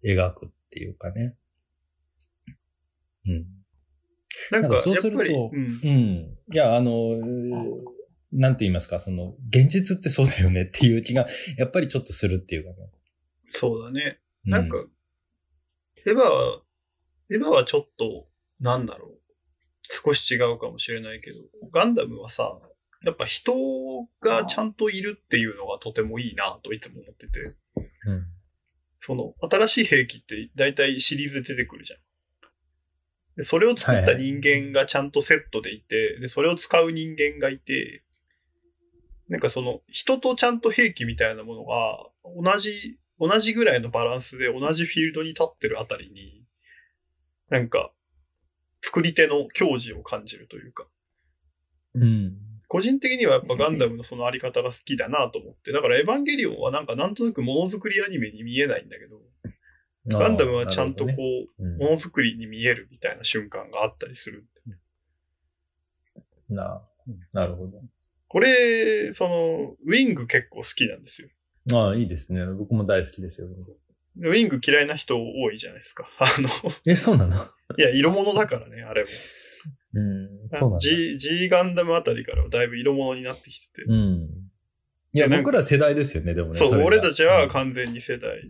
Speaker 3: 描くっていうかね。うん。
Speaker 1: なん
Speaker 3: な
Speaker 1: か、
Speaker 3: んか
Speaker 1: やっ
Speaker 3: そうすると
Speaker 1: ぱり、うん
Speaker 3: う。ん。いや、あの、うーなんと言いますか、その、現実ってそうだよねっていう気が、やっぱりちょっとするっていうかね。
Speaker 1: そうだね。
Speaker 3: う
Speaker 1: なんか、、エヴァは、エヴァはちょっと、なんだろう。少し違うかもしれないけど、ガンダムはさ、やっぱ人がちゃんといるっていうのがとてもいいなといつも思ってて、
Speaker 3: うん。
Speaker 1: その新しい兵器って大体シリーズで出てくるじゃん。でそれを作った人間がちゃんとセットでいて、で、それを使う人間がいて、なんかその人とちゃんと兵器みたいなものが同じ、同じぐらいのバランスで同じフィールドに立ってるあたりに、なんか作り手の矜持を感じるというか、
Speaker 3: うん。
Speaker 1: 個人的にはやっぱガンダムのそのあり方が好きだなと思って、だからエヴァンゲリオンはなんかなんとなくものづくりアニメに見えないんだけど、ガンダムはちゃんとこ
Speaker 3: う、
Speaker 1: う、ものづくりに見えるみたいな瞬間があったりする。
Speaker 3: うんな、なるほど。
Speaker 1: これ、その、ウィング結構好きなんですよ。
Speaker 3: ああ、いいですね。僕も大好きですよ。
Speaker 1: ウィング嫌いな人多いじゃないですか。 *laughs* あの、
Speaker 3: え、そうなの
Speaker 1: いや、色物だからね、あれも。
Speaker 3: うん、そうなんだ。
Speaker 1: G、G ガンダムあたりからはだいぶ色物になってきてて。
Speaker 3: うん。
Speaker 1: い
Speaker 3: いや、
Speaker 1: やなんか
Speaker 3: 僕ら世代ですよね、でもね。
Speaker 1: そう、俺たちは
Speaker 3: 完
Speaker 1: 完全に世代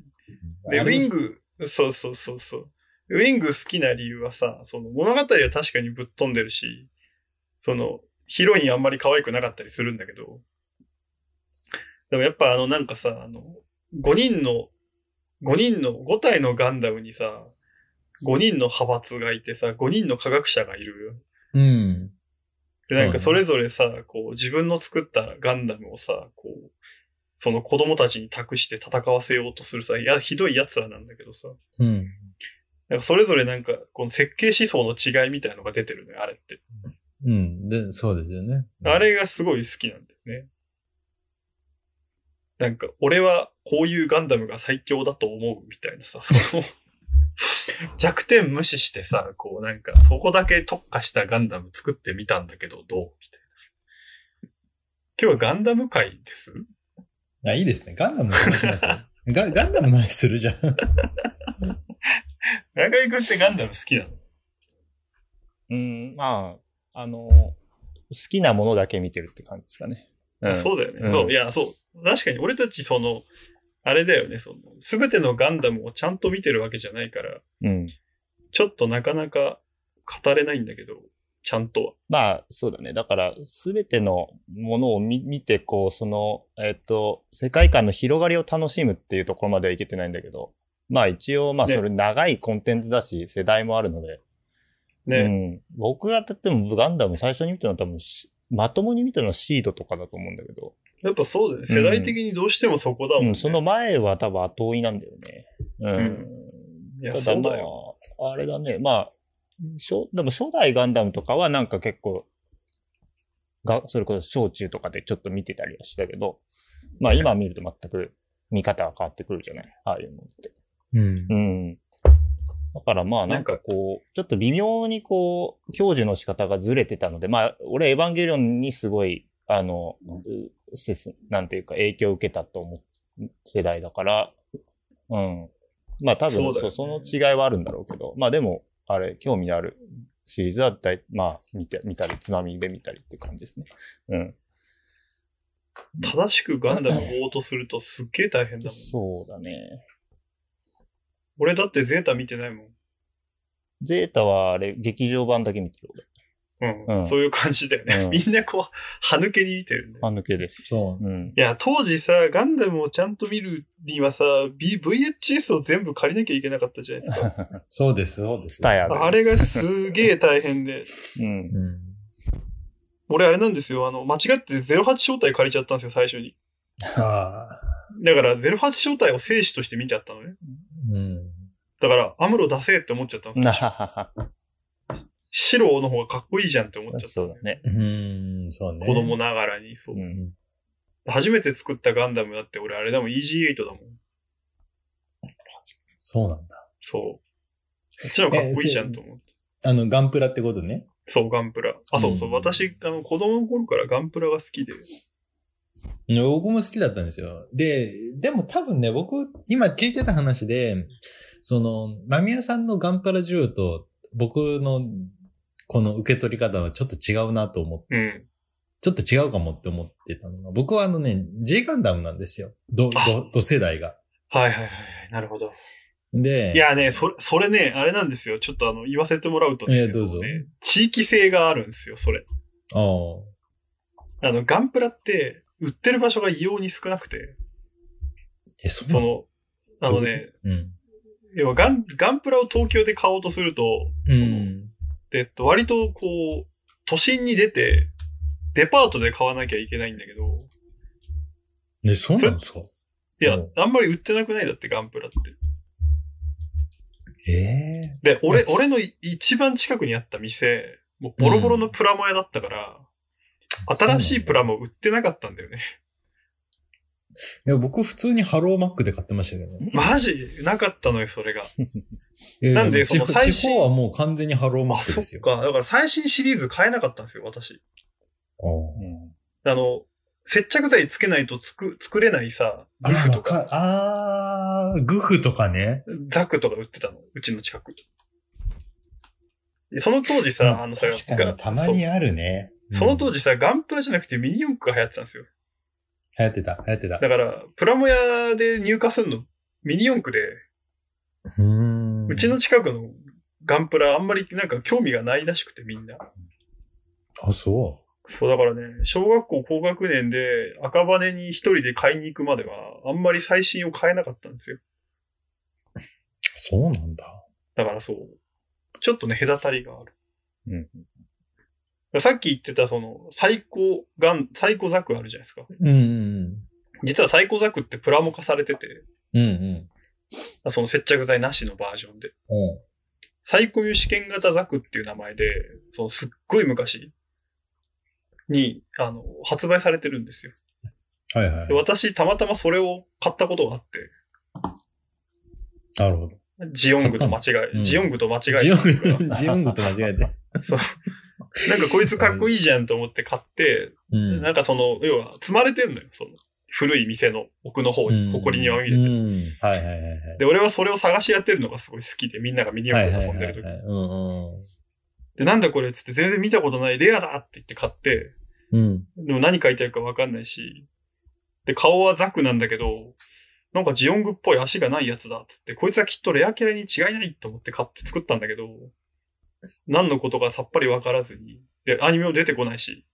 Speaker 1: で、
Speaker 3: 全
Speaker 1: ウィング、そうそうそうそう。ウィング好きな理由はさ、その物語は確かにぶっ飛んでるし、その、ヒロインあんまり可愛くなかったりするんだけど、でもやっぱあのなんかさ、あの、5人の、5人の、5体のガンダムにさ、5人の派閥がいてさ、5人の科学者がいる。
Speaker 3: うん。
Speaker 1: で、なんかそれぞれさ、こう自分の作ったガンダムをさ、こう、その子供たちに託して戦わせようとするさ、いや、ひどい奴らなんだけどさ、
Speaker 3: うん。
Speaker 1: なんかそれぞれなんか、この設計思想の違いみたいなのが出てるね、あれって。
Speaker 3: うん。で、そうですよね。
Speaker 1: あれがすごい好きなんだよね。なんか、俺はこういうガンダムが最強だと思うみたいなさ、その、弱点無視してさ、こうなんか、そこだけ特化したガンダム作ってみたんだけど、どうみたいなさ。今日はガンダム会です *laughs*
Speaker 3: あ、いいですね。ガンダムの話しますよガガンダムの話するじゃん。
Speaker 1: 中井くんってガンダム好きなの
Speaker 2: うん、まあ、あの、好きなものだけ見てるって感じですかね。うん、
Speaker 1: そうだよね、
Speaker 2: うん
Speaker 1: そう、いや、そう。確かに俺たち、その、あれだよね、その、すべてのガンダムをちゃんと見てるわけじゃないから、
Speaker 2: うん。
Speaker 1: ちょっとなかなか語れないんだけど、ちゃんとは。
Speaker 2: まあ、そうだね。だから、すべてのものを見見て、こう、その、えっと、世界観の広がりを楽しむっていうところまではいけてないんだけど、まあ一応、まあ
Speaker 1: ね
Speaker 2: それ長いコンテンツだし、世代もあるので、う
Speaker 1: ね。
Speaker 2: ん、僕がだってもガンダム最初に見たのは多分し、まともに見たのはシードとかだと思うんだけど、
Speaker 1: やっぱそうだよね。世代的にどうしてもそこだもん、ね
Speaker 2: うん、その前は多分後追いなんだよね。うん。
Speaker 1: いや、
Speaker 2: た
Speaker 1: そ
Speaker 2: だ
Speaker 1: う
Speaker 2: ま
Speaker 1: だよ。
Speaker 2: あ、あれだね、まあ、初でも初代ガンダムとかはなんか結構、がそれこそ小中とかでちょっと見てたりはしたけど、まあ今見ると全く見方が変わってくるじゃないああいうのって。
Speaker 3: うん
Speaker 2: う。ん。だからまあなんかこう、ちょっと微妙にこう、教授の仕方がずれてたので、まあ俺エヴァンゲリオンにすごい、あの、うせつなんていうか影響を受けたと思う世代だから、うん。まあ多分
Speaker 1: そうだ
Speaker 2: そ
Speaker 1: よ
Speaker 2: う
Speaker 1: ね
Speaker 2: その違いはあるんだろうけど、まあでも、あれ、興味のあるシリーズは大、まあ見て、見たり、つまみで見たりって感じですね。うん。
Speaker 1: 正しくガンダムを追おうとするとすっげえ大変だもん。
Speaker 2: そうだね。
Speaker 1: 俺だってゼータ見てないもん。
Speaker 2: ゼータはあれ、劇場版だけ見てる
Speaker 1: うん。
Speaker 2: うん
Speaker 1: そういう感じだよね。 *laughs*
Speaker 2: うん
Speaker 1: みんなこう、歯抜けに見てるんだよ。
Speaker 2: 俺。あ抜けです。
Speaker 3: そう。
Speaker 2: うん。
Speaker 1: いや、当時さ、ガンダムをちゃんと見るにはさ、B、VHS を全部借りなきゃいけなかったじゃないですか。
Speaker 3: そうです、そうです。
Speaker 2: スタヤで。
Speaker 1: あれがすげえ大変で。 *laughs*
Speaker 2: うん。
Speaker 3: うん。
Speaker 1: 俺あれなんですよ、あの、間違って08招待借りちゃったんですよ、最初に。
Speaker 3: ああ。
Speaker 1: だから08招待を生死として見ちゃったのね。
Speaker 3: うん。
Speaker 1: だから、アムロ出せって思っちゃったんです
Speaker 2: な
Speaker 1: よ。
Speaker 2: ははは。
Speaker 1: 白の方がかっこいいじゃんって思っちゃった。
Speaker 2: そうだね。
Speaker 3: うん、そうね。
Speaker 1: 子供ながらに、そう。
Speaker 2: うん。
Speaker 1: 初めて作ったガンダムだって俺あれだもん、EG8 だもん。
Speaker 3: そうなんだ。
Speaker 1: そう。こっちの方がかっこいいじゃんと思って。
Speaker 3: あの、ガンプラってことね。
Speaker 1: そう、ガンプラ。あ、そうそう。
Speaker 3: うん
Speaker 1: 私、あの、子供の頃からガンプラが好きで。
Speaker 3: ね僕も好きだったんですよ。で、でも多分ね、僕、今聞いてた話で、その、間宮さんのガンプラ需要と、僕の、この受け取り方はちょっと違うなと思って、
Speaker 1: うん。
Speaker 3: ちょっと違うかもって思ってたのが、僕はあのね、G ガンダムなんですよ。ど、ど、ど世代が。
Speaker 1: はいはいはいはい。なるほど。
Speaker 3: で、
Speaker 1: いやね、それ、それね、あれなんですよ。ちょっとあの、言わせてもらうとね。
Speaker 3: えーどうぞ
Speaker 1: そのね地域性があるんですよ、それ。
Speaker 3: ああ、
Speaker 1: あの、ガンプラって、売ってる場所が異様に少なくて、
Speaker 3: え、そ
Speaker 1: そ
Speaker 3: の、
Speaker 1: の、あのね、
Speaker 3: うん。
Speaker 1: 要はガン、ガンプラを東京で買おうとすると、
Speaker 3: う
Speaker 1: その、
Speaker 3: ん。
Speaker 1: えっと、割とこう、都心に出て、デパートで買わなきゃいけないんだけど、
Speaker 3: え、そうなんですか
Speaker 1: いや
Speaker 3: うん、
Speaker 1: あんまり売ってなくないだって、ガンプラって。
Speaker 3: ええ
Speaker 1: で、俺、俺のい一番近くにあった店、もうボロボロのプラモ屋だったから、新しいプラモ売ってなかったんだよね。
Speaker 3: いや、僕普通にハローマックで買ってましたけどね。
Speaker 1: マジなかったのよ、それが。
Speaker 3: えー
Speaker 1: なんで
Speaker 3: 地方
Speaker 1: その最新
Speaker 3: 地方はもう完全にハローマ
Speaker 1: あ、
Speaker 3: ック
Speaker 1: そ
Speaker 3: で
Speaker 1: っ
Speaker 3: すよ。
Speaker 1: か。だから最新シリーズ買えなかったんですよ、私。
Speaker 3: ああ
Speaker 2: うん
Speaker 1: あの、接着剤つけないとつく、作れないさ、
Speaker 3: グフとか。あー、グフとかね。
Speaker 1: ザクとか売ってたの、うちの近く。その当時
Speaker 3: うん
Speaker 1: さ、あのさ、
Speaker 3: 確かにたま
Speaker 1: そう
Speaker 3: にあるね。
Speaker 1: その当
Speaker 3: 時。
Speaker 1: 時さ、ガンプラじゃなくてミニ四駆が流行ってたんですよ。
Speaker 3: 流行ってた、流行ってた。
Speaker 1: だから、プラモ屋で入荷するの、ミニ四駆で、
Speaker 3: うーん
Speaker 1: うちの。近くのガンプラあんまりなんか興味がないらしくてみんな。
Speaker 3: あ、そ
Speaker 1: そうだからね、小学校高学年で赤羽に一人で買いに行くまではあんまり最新を買えなかったんですよ。
Speaker 3: う。そうなんだ。
Speaker 1: だからそう。ちょっとね、隔たりがある。
Speaker 2: うん
Speaker 1: さっき言ってたその、最高ガン、最高ザクあるじゃないですか。
Speaker 3: うんうん
Speaker 1: 実は最高ザクってプラモ化されてて、
Speaker 3: うん。うん
Speaker 1: その接着剤なしのバージョンで。
Speaker 3: うん。うん。
Speaker 1: サイコミュ試験型ザクっていう名前で、そのすっごい昔に、あの、発売されてるんですよ。
Speaker 3: はいはい
Speaker 1: で。私、たまたまそれを買ったことがあって、
Speaker 3: なるほど。
Speaker 1: ジオングと間違え、
Speaker 3: うん
Speaker 1: ジオングと間違
Speaker 3: ジ
Speaker 1: え
Speaker 3: オ
Speaker 1: たんです
Speaker 3: ング、ジオングと間違
Speaker 1: *laughs*
Speaker 3: えて。
Speaker 1: がそう。なんかこいつかっこいいじゃんと思って買って、
Speaker 3: うん
Speaker 1: なんかその、要は、積まれてんのよ、その。古い店の奥の方に、埃にまみれて
Speaker 3: う
Speaker 1: る。
Speaker 3: んはいはいはいはい。
Speaker 1: で、俺はそれを探しやってるのがすごい好きで、みんながミニ四
Speaker 3: はい
Speaker 1: 駆
Speaker 3: はい
Speaker 1: で
Speaker 3: は
Speaker 1: 遊
Speaker 3: い
Speaker 1: んで
Speaker 3: は
Speaker 1: る
Speaker 3: い
Speaker 1: 時。
Speaker 3: うんうん
Speaker 1: で、なんだこれっつって全然見たことないレアだって言って買って、
Speaker 3: うん。
Speaker 1: でも何書いてあるかわかんないし、で、顔はザクなんだけど、なんかジオングっぽい足がないやつだっつって、こいつはきっとレアキャラに違いないと思って買って作ったんだけど、何のことかさっぱりわからずに、で、アニメも出てこないし、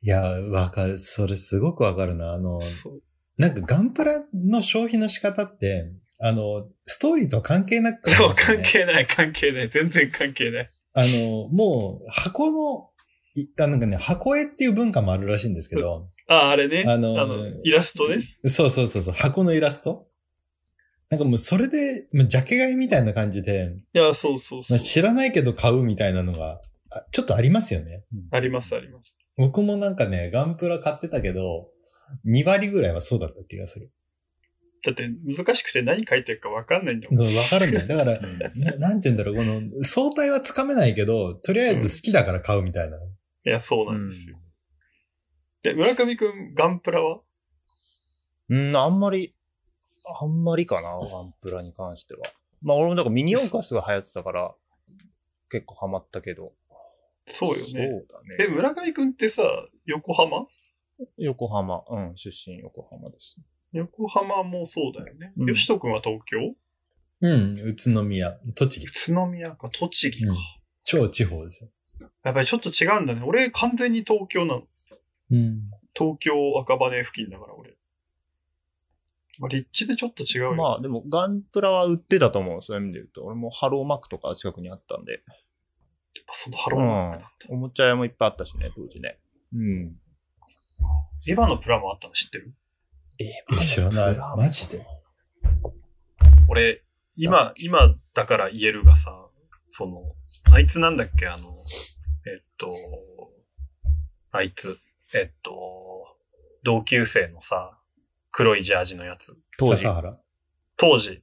Speaker 3: いや、わかる。それすごくわかるな。あの、
Speaker 1: そう
Speaker 3: なんかガンプラの消費の仕方って、あの、ストーリーとは関係なく
Speaker 1: そう、
Speaker 3: あり
Speaker 1: 関
Speaker 3: ますよ
Speaker 1: 係
Speaker 3: ね
Speaker 1: ない、関係ない、全然関係ない。
Speaker 3: あの、もう箱の、いあなんかね、箱絵っていう文化もあるらしいんですけど、
Speaker 1: あ、あれね。
Speaker 3: あ
Speaker 1: あ
Speaker 3: の
Speaker 1: の、イラストね。
Speaker 3: そうそうそうそう、箱のイラストなんかもうそれで、もうジャケ買いみたいな感じで、
Speaker 1: いや、そうそうそ
Speaker 3: ま
Speaker 1: う
Speaker 3: あ、。知らないけど買うみたいなのが、あちょっとありますよね。
Speaker 1: あります、あります。
Speaker 3: 僕もなんかね、ガンプラ買ってたけど、2割ぐらいはそうだった気がする。
Speaker 1: だって、難しくて何書いてるかわかんないんだもん。
Speaker 3: そうわかる
Speaker 1: *laughs*
Speaker 3: んだよ。だから、ななんて言うんだろう、この、相対はつかめないけど、とりあえず好きだから買うみたいな。
Speaker 1: いや、そうなんですよ。で、村上くん、ガンプラは
Speaker 2: うん、あんまり、あんまりかな、ガンプラに関しては。まあ俺もなんかミニ四駆がすごい流行ってたから、結構ハマったけど。
Speaker 1: そうよね。
Speaker 2: そうだね。
Speaker 1: え、村上くんってさ、横浜
Speaker 2: 横浜。うん、出身横浜です。
Speaker 1: 横浜もそうだよね。
Speaker 2: うん
Speaker 1: 吉とくんは東京
Speaker 3: うん、宇都宮、栃木
Speaker 1: 宇。都宮か、栃木か。
Speaker 3: うん超地方ですよ。
Speaker 1: やっぱりちょっと違うんだね。俺、完全に東京なの。
Speaker 3: うん。
Speaker 1: 東京赤羽付近だから、俺。まあ立地でちょっと違うよ。
Speaker 2: まあでもガンプラは売ってたと思う。そういう意味で言うと。俺もハローマックとか近くにあったんで。
Speaker 1: そのハローマークだった。
Speaker 2: おもちゃ屋もいっぱいあったしね、当時ね。うん。
Speaker 1: エヴァのプラもあったの知ってる
Speaker 3: え知らない。マジで。
Speaker 1: 俺、今、今だから言えるがさ、その、あいつなんだっけ、あの、えっと、あいつ、えっと、同級生のさ、黒いジャージのやつ。
Speaker 2: 当時
Speaker 3: 笹、原。
Speaker 1: 当時、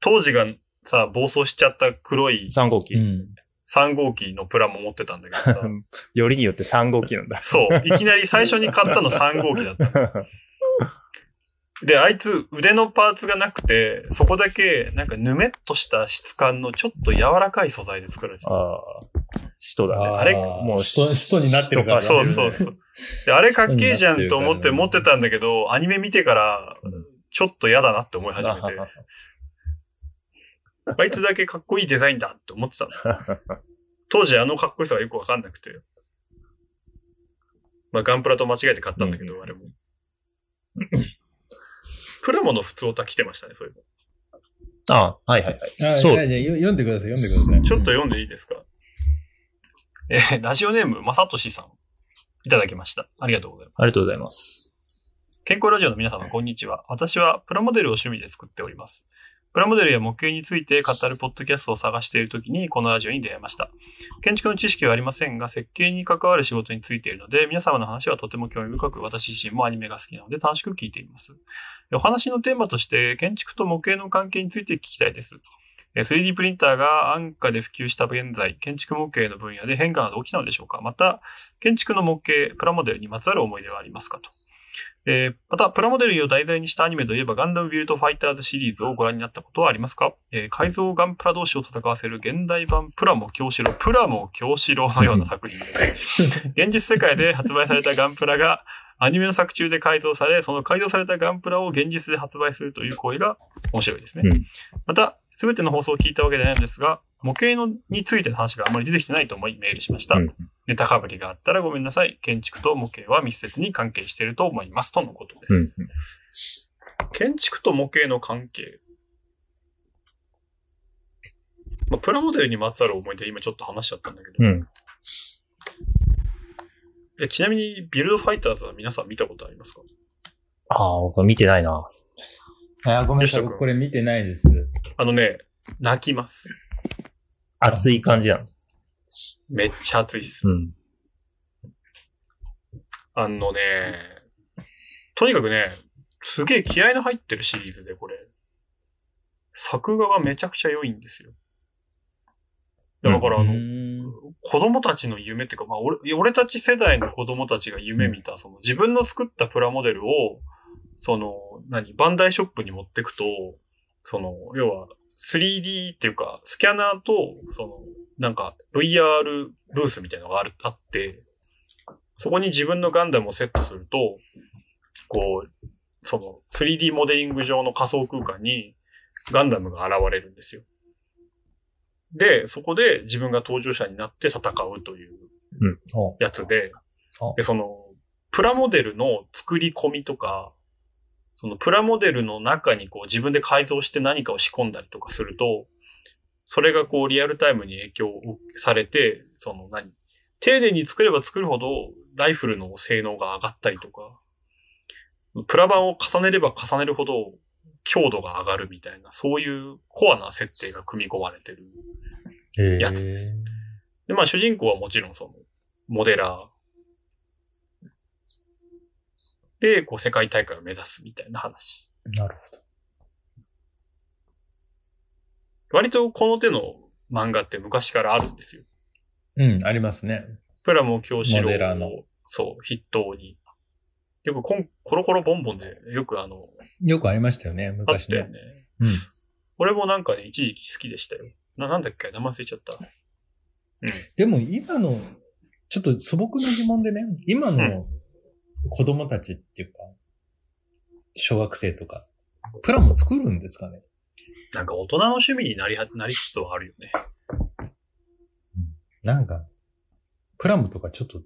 Speaker 1: 当時がさ、暴走しちゃった黒い
Speaker 2: 3号機。
Speaker 3: ん。
Speaker 1: 3号機のプラも持ってたんだけどさ、
Speaker 2: *laughs* よりによって3号機なんだ。
Speaker 1: そう、いきなり最初に買ったの3号機だった。で、あいつ腕のパーツがなくて、そこだけなんかぬめっとした質感のちょっと柔らかい素材で作られてた。
Speaker 2: ああ、使徒だね。
Speaker 3: ー
Speaker 1: あれ
Speaker 2: もう
Speaker 3: 人、人になってるから、
Speaker 2: あ
Speaker 1: そうそうそう。で、あれかっけえじゃんと思って
Speaker 3: うん
Speaker 1: 持ってたんだけど、アニメ見てから
Speaker 2: うん、
Speaker 1: ちょっと嫌だなって思い始
Speaker 2: *laughs*
Speaker 1: めて、あいつだけかっこいいデザインだって思ってたの。当時あのかっこよさがよくわかんなくて。まあ、ガンプラと間違えて買ったんだけど、あれも。 *coughs* プラモの普通オタ来てましたね、そういうの。
Speaker 2: ああ、はいはいは
Speaker 3: あ
Speaker 2: い。
Speaker 3: そ。
Speaker 2: そうう。
Speaker 3: じゃあ読んでください、読んでくだ
Speaker 1: ちょっと読んでいいですか、えーラジオネーム、まさとしさん。いただきました。ありがとうございます。
Speaker 2: ありがとうございます。
Speaker 1: 健康ラジオの皆様、こんにちは。私はプラモデルを趣味で作っております。プラモデルや模型について語るポッドキャストを探しているときに、このラジオに出会いました。建築の知識はありませんが、設計に関わる仕事についているので、皆様の話はとても興味深く、私自身もアニメが好きなので楽しく聞いています。お話のテーマとして、建築と模型の関係について聞きたいです。えー 3D プリンターが安価で普及した現在、建築模型の分野で変化など起きたのでしょうかまた、建築の模型、プラモデルにまつわる思い出はありますかと。えーまた、プラモデルを題材にしたアニメといえば、ガンダムビルドファイターズシリーズをご覧になったことはありますか、えー改造ガンプラ同士を戦わせる現代版プラモ京四郎、プラモ京四郎のような作品です。現実世界で発売されたガンプラが、アニメの作中で改造され、その改造されたガンプラを現実で発売するという行為が面白いですね。
Speaker 2: うん
Speaker 1: また、すべての放送を聞いたわけではないのですが、模型のについての話があまり出てきてないと思いメールしました。
Speaker 2: うん
Speaker 1: ネタかぶりがあったらごめんなさい。建築と模型は密接に関係していると思います。とのことです。建築と模型の関係。まあ、プラモデルにまつわる思い出、今ちょっと話しちゃったんだけど、
Speaker 2: うん。うん。
Speaker 1: えちなみにビルドファイターズは皆さん見たことありますか
Speaker 2: ああ、僕見てないな。
Speaker 3: さい。あ、ごめんなさ
Speaker 1: よしとく
Speaker 3: い。
Speaker 1: ん
Speaker 3: 僕これ見てないです。
Speaker 1: あのね、泣きます。
Speaker 2: 熱い感じなの。
Speaker 1: めっちゃ熱いっす。
Speaker 2: うん。
Speaker 1: あのね、とにかくね、すげえ気合の入ってるシリーズで、これ。作画がめちゃくちゃ良いんですよ。だから、あの、
Speaker 3: の、
Speaker 1: 子供たちの夢っていうか、まあ俺、俺たち世代の子供たちが夢見た、その自分の作ったプラモデルを、その、何、バンダイショップに持ってくと、その、要は 3D っていうか、スキャナーと、その、なんか VR ブースみたいなのがあるあって、そこに自分のガンダムをセットすると、こう、その 3D モデリング上の仮想空間にガンダムが現れるんですよ。で、そこで自分が登場者になって戦うという
Speaker 3: ほ
Speaker 1: やつで
Speaker 3: あ、
Speaker 1: で、その、プラモデルの作り込みとか、そのプラモデルの中にこう自分で改造して何かを仕込んだりとかすると、それがこうリアルタイムに影響をされて、その何丁寧に作れば作るほどライフルの性能が上がったりとか、プラ板を重ねれば重ねるほど強度が上がるみたいな、そういうコアな設定が組み込まれてる
Speaker 3: うへー
Speaker 1: やつですで、まあ主人公はもちろんその、モデラー。で、こう世界大会を目指すみたいな話。
Speaker 3: なるほど。
Speaker 1: 割とこの手の漫画って昔からあるんですよ。
Speaker 3: うん、ありますね。
Speaker 1: プラモ教師
Speaker 3: モデラーの
Speaker 1: を、そう、筆頭に。よくコン、コロコロボンボンで、よくあの、
Speaker 3: よくありましたよね、
Speaker 1: あっ
Speaker 3: 昔
Speaker 1: たよ
Speaker 3: ね。
Speaker 1: ね。
Speaker 3: うん。
Speaker 1: 俺もなんかね、一時期好きでしたよ。な、なんだっけ名前忘れちゃった。
Speaker 3: でも今の、ちょっと素朴な疑問でね、今の子供たちっていうか、小学生とか、プラも作るんですかね
Speaker 1: なんか大人の趣味になりは、なりつつはあるよね。
Speaker 3: なんか、プラムとかちょっと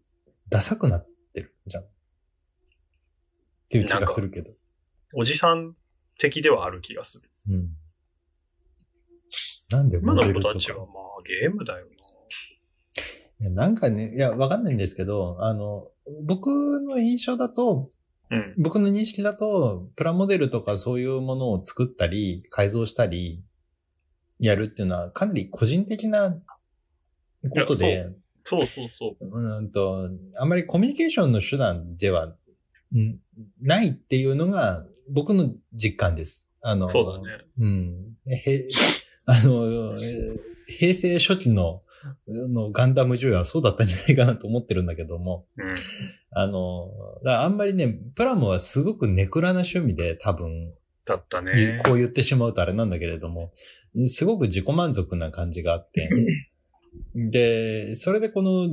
Speaker 3: ダサくなってるじゃん。っていう気がするけど。
Speaker 1: おじさん的ではある気がする。
Speaker 3: うん。なんで
Speaker 1: 今の子
Speaker 3: と
Speaker 1: たちはま
Speaker 3: か。
Speaker 1: あゲームだよ
Speaker 3: いやなんかね、いや、わかんないんですけど、あの、僕の印象だと、
Speaker 1: な。うん。
Speaker 3: 僕の認識だと、プラモデルとかそういうものを作ったり、改造したり、やるっていうのは、かなり個人的なこと
Speaker 1: いや
Speaker 3: で、
Speaker 1: そうそうそう。
Speaker 3: うーんと、あまりコミュニケーションの手段では、んないっていうのが、僕の実感です。あの、
Speaker 1: そうだね。
Speaker 3: うん。へ、 *laughs* あの、えー平成初期の、のガンダム需要はそうだったんじゃないかなと思ってるんだけども、
Speaker 1: うん。
Speaker 3: あの、だからあんまりね、プラモはすごくネクラな趣味で多分、
Speaker 1: だったね。
Speaker 3: こう言ってしまうとあれなんだけれども、すごく自己満足な感じがあって、で、それでこの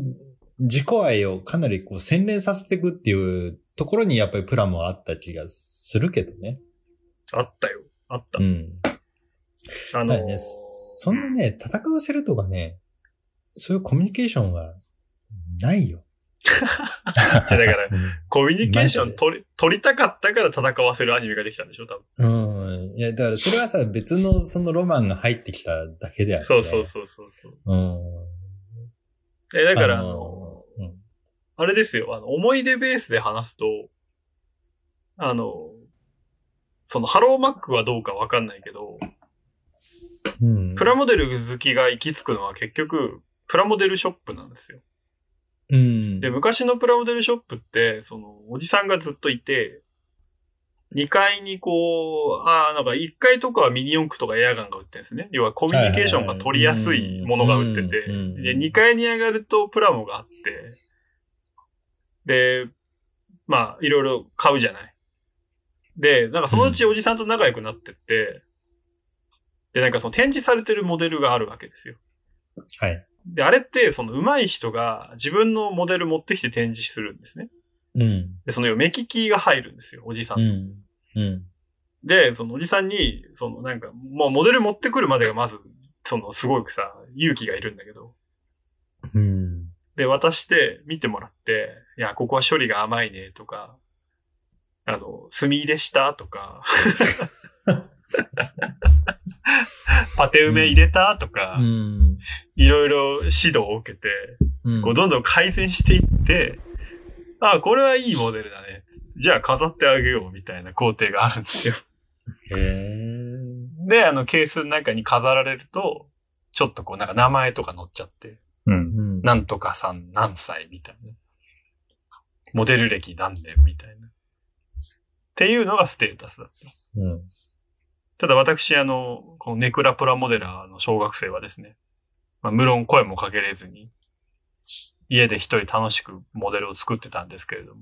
Speaker 3: 自己愛をかなりこう洗練させていくっていうところにやっぱりプラモはあった気がするけどね。
Speaker 1: あったよ。あった。
Speaker 3: うん。
Speaker 1: あ
Speaker 3: だ
Speaker 1: の
Speaker 3: からね、そんなね、戦わせるとかね、そういうコミュニケーションはないよ。
Speaker 1: じゃあだから、
Speaker 3: うん
Speaker 1: コミュニケーショ
Speaker 3: マ
Speaker 1: ン
Speaker 3: ジで
Speaker 1: 取り、取りたかったから戦わせるアニメができたんでしょ多分。
Speaker 3: うん。いや、だからそれはさ、別のそのロマンが入ってきただけであって。
Speaker 1: そうそうそうそうそう。
Speaker 3: う。うん。
Speaker 1: え、だから、あ
Speaker 3: あ
Speaker 1: の、
Speaker 3: の、うん
Speaker 1: あれですよ。あの、思い出ベースで話すと、あの、その、ハローマックはどうかわかんないけど、
Speaker 3: うん
Speaker 1: プラモデル好きが行き着くのは結局、プラモデルショップなんですよ。
Speaker 3: うん。
Speaker 1: で、昔のプラモデルショップって、その、おじさんがずっといて、2階にこう、ああ、なんか1階とかはミニ四駆とかエアガンが売ってるんですね。要はコミュニケーションが取りやすいものが売ってて、
Speaker 3: はいはいはいうん
Speaker 1: で、2階に上がるとプラモがあって、で、まあ、いろいろ買うじゃない。で、なんかそのうちおじさんと仲良くなってって、で、なんかその展示されてるモデルがあるわけですよ。
Speaker 3: はい。
Speaker 1: で、あれって、その上手い人が自分のモデル持ってきて展示するんですね。
Speaker 3: うん。
Speaker 1: で、その要は目利きが入るんですよ、おじさん。
Speaker 3: うん。うん。
Speaker 1: で、そのおじさんに、そのなんか、もうモデル持ってくるまでがまず、そのすごくさ、勇気がいるんだけど。
Speaker 3: うん。
Speaker 1: で、渡して見てもらって、いや、ここは処理が甘いね、とか、あの、墨入れしたと
Speaker 3: *laughs*
Speaker 1: か、パテ埋め入れたとか、
Speaker 3: うん。
Speaker 1: いろいろ指導を受けて、こうどんどん改善していって、ああ、これはいいモデルだね。じゃあ飾ってあげようみたいな工程があるんですよ。
Speaker 3: へ
Speaker 1: *laughs*
Speaker 3: ー
Speaker 1: で、あのケースの中に飾られると、ちょっとこうなんか名前とか載っちゃって、
Speaker 2: うん。
Speaker 3: うん。
Speaker 1: なんとかさん何歳みたいな。モデル歴何年みたいな。っていうのがステータスだった。
Speaker 3: うん。
Speaker 1: ただ私、あの、このネクラプラモデラーの小学生はですね、まあ、無論声もかけれずに、家で一人楽しくモデルを作ってたんですけれども。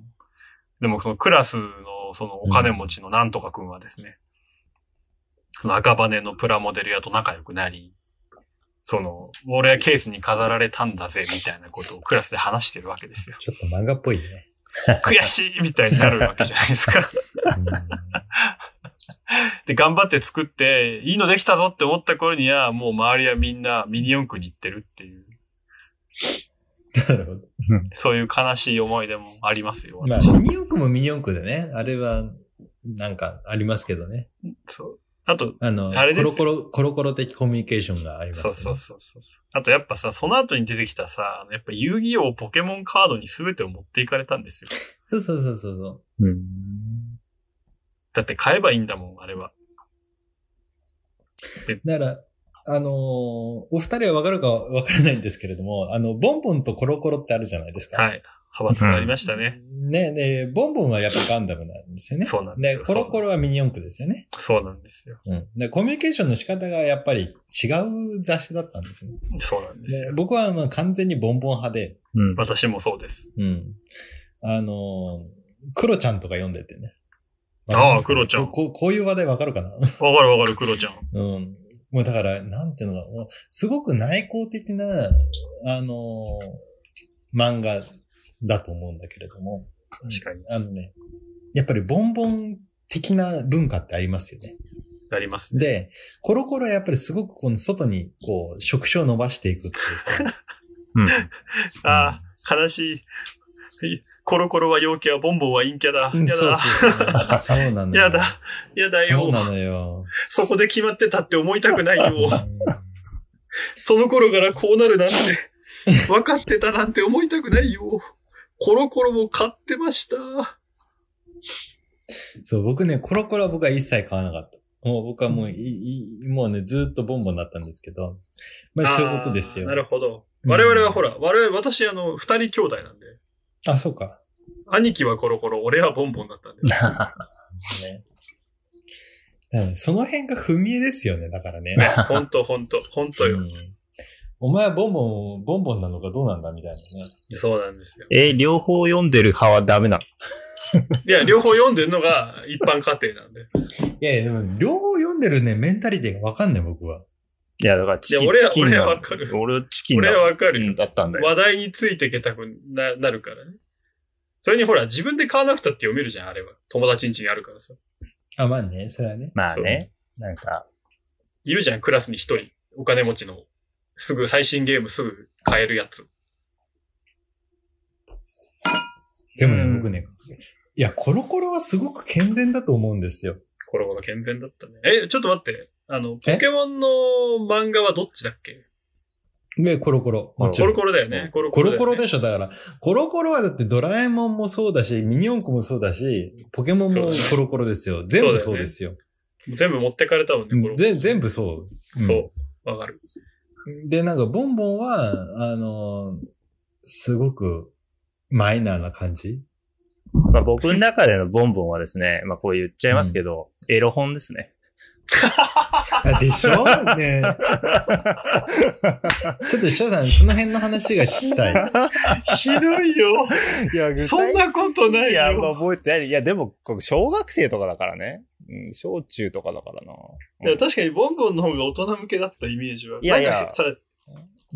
Speaker 1: でもそのクラスのそのお金持ちのなんとかくんはですね、その赤羽のプラモデル屋と仲良くなり、その、俺はケースに飾られたんだぜ、みたいなことをクラスで話してるわけです
Speaker 3: *laughs*
Speaker 1: よ。
Speaker 3: ちょっと漫画っぽいね。
Speaker 1: 悔しいみたいになるわけじゃないですか。 *laughs*
Speaker 3: うん
Speaker 1: で、頑張って作って、いいのできたぞって思った頃には、もう周りはみんなミニ四駆に行ってるっていう、
Speaker 3: なるほど。
Speaker 1: そういう悲しい思い出もありますよ。
Speaker 3: まあ、
Speaker 1: 私
Speaker 3: ミニ四駆もミニ四駆でね、あれは、なんかありますけどね。
Speaker 1: そう。あと、
Speaker 3: あの、
Speaker 1: あれですよ
Speaker 3: コロコロ、コロコロ的コミュニケーションがあります、
Speaker 1: そ
Speaker 3: ね。
Speaker 1: うそうそうそうそう。あとやっぱさ、その後に出てきたさ、あのやっぱ遊戯王ポケモンカードに全てを持っていかれたんですよ。
Speaker 3: そうそうそうそうそう。
Speaker 2: うん。
Speaker 1: だって買えばいいんだもん、あれは。
Speaker 3: だから、あのーお二人はわかるかわからないんですけれども、あの、ボンボンとコロコロってあるじゃないですか。
Speaker 1: はい。派閥がありましたね。
Speaker 3: ね、で、ボンボンはやっぱガンダムなんですよね。
Speaker 1: そうなんですよ
Speaker 3: コロコロはミニ四駆ですよね。
Speaker 1: そうなんですよ。
Speaker 3: うん。で、コミュニケーションの仕方がやっぱり違う雑誌だったんですよね。
Speaker 1: そうなんです
Speaker 3: で
Speaker 1: よ。
Speaker 3: 僕はまあ完全にボンボン派で、
Speaker 2: うん。
Speaker 1: 私もそうです。
Speaker 3: うん。あのー、クロちゃんとか読んでてね。
Speaker 1: ああクロちゃん
Speaker 3: こう。こういう話題わかるかな
Speaker 1: わかるわかる、クロちゃん。
Speaker 3: うん。もうだから、なんていうのか、もうすごく内向的な、あのー漫画だと思うんだけれども。
Speaker 1: 確かに。
Speaker 3: あのね、やっぱりボンボン的な文化ってありますよね。
Speaker 1: ありますね。
Speaker 3: で、コロコロはやっぱりすごくこの外に、こう、触手を伸ばしていくっていうか。
Speaker 2: うん。 *laughs*
Speaker 1: ああ、悲しい。 *laughs* いコロコロは陽キャ、ボンボンは陰キャだ。
Speaker 3: うん
Speaker 1: や
Speaker 3: そう
Speaker 1: だ。
Speaker 3: そ
Speaker 1: *laughs*
Speaker 3: うそう。そうなのよ。
Speaker 1: やだ。やだよ
Speaker 3: そうなのよ。
Speaker 1: そこで決まってたって思いたくないよ。
Speaker 3: *laughs* う
Speaker 1: その頃からこうなる
Speaker 3: *laughs*
Speaker 1: なんて、分かってたなんて思いたくないよ。コロコロも買ってました。
Speaker 3: んそう、僕ね、コロコロは僕は一切買わなかった。もう僕はもうい、いいもうね、ずっとボンボンだったんですけど。まあそういうことですよ。
Speaker 1: あーなるほど。
Speaker 3: うん
Speaker 1: 我々はほら、我々、私、あの、二人兄弟なんで、
Speaker 3: あ、そうか。
Speaker 1: 兄貴はコロコロ、俺はボンボンだったん
Speaker 3: *laughs*
Speaker 1: で。
Speaker 3: ね。うんその辺が踏み絵ですよね、だから *laughs* ね。
Speaker 1: ほんとほんと、ほんと
Speaker 3: う
Speaker 1: よ。
Speaker 3: んお前はボンボン、ボンボンなのかどうなんだみたいなね。
Speaker 1: そうなんですよ。
Speaker 2: え、両方読んでる派はダメなの
Speaker 1: いや、両方読んでるのが一般家庭なんで。
Speaker 3: いやいや、でも、両方読んでるね、メンタリティがわかんない、僕は。
Speaker 2: いや、だからチキ
Speaker 1: い
Speaker 2: ン、
Speaker 1: や俺は
Speaker 2: チキン
Speaker 1: 俺
Speaker 2: な
Speaker 1: は
Speaker 2: の
Speaker 1: わかる
Speaker 2: 俺はチキン
Speaker 1: 俺
Speaker 2: な
Speaker 1: は
Speaker 2: の
Speaker 1: わか
Speaker 2: う
Speaker 1: るよ
Speaker 2: ん。だったんだよ。
Speaker 1: 話題についてけたくななるからね。それにほら、自分で買わなくたって読めるじゃん、あれは。友達ん家にあるからさ。
Speaker 3: あ、まあね、それはね。
Speaker 2: まあね。なんか、
Speaker 1: いるじゃん、クラスに一人。お金持ちの、すぐ、最新ゲームすぐ買えるやつ。
Speaker 3: でもね、
Speaker 2: うん
Speaker 3: 僕ね、いや、コロコロはすごく健全だと思うんですよ。
Speaker 1: コロコロ健全だったね。え、ちょっと待って。あの、ポケモンの漫画はどっちだっけ
Speaker 3: ね、コロコロ。もち
Speaker 1: コ
Speaker 3: ろ
Speaker 1: ロ
Speaker 3: ん。
Speaker 1: コロだよね。コロコ
Speaker 3: コ
Speaker 1: ロ、
Speaker 3: ロコロでしょ、だから。コロコロはだってドラえもんもそうだし、ミニ四駆もそうだし、ポケモン
Speaker 1: そう
Speaker 3: も
Speaker 1: だね
Speaker 3: コロコロですよ。全部そうですよ。
Speaker 1: 全部持ってかれたもんね、コロコロ。
Speaker 3: ぜ全部そう。うん
Speaker 1: そう。わかる。
Speaker 3: で、なんか、ボンボンは、あのーすごく、マイナーな感じ
Speaker 2: まあ、僕の中でのボンボンはですね、まあこう言っちゃいますけど、エロ本ですね。
Speaker 3: あでしょねえちょっと翔さん、その辺の話が聞きたい。
Speaker 1: ひどいよ。
Speaker 2: いや、
Speaker 1: そんなことない
Speaker 2: いや、まあ
Speaker 1: よ。
Speaker 2: 覚えてない。いや、でも、こう小学生とかだからね。うん、小中とかだからな。
Speaker 1: いや、確かにボンボンの方が大人向けだったイメージは。
Speaker 2: いやいや
Speaker 1: なんかさ、
Speaker 3: い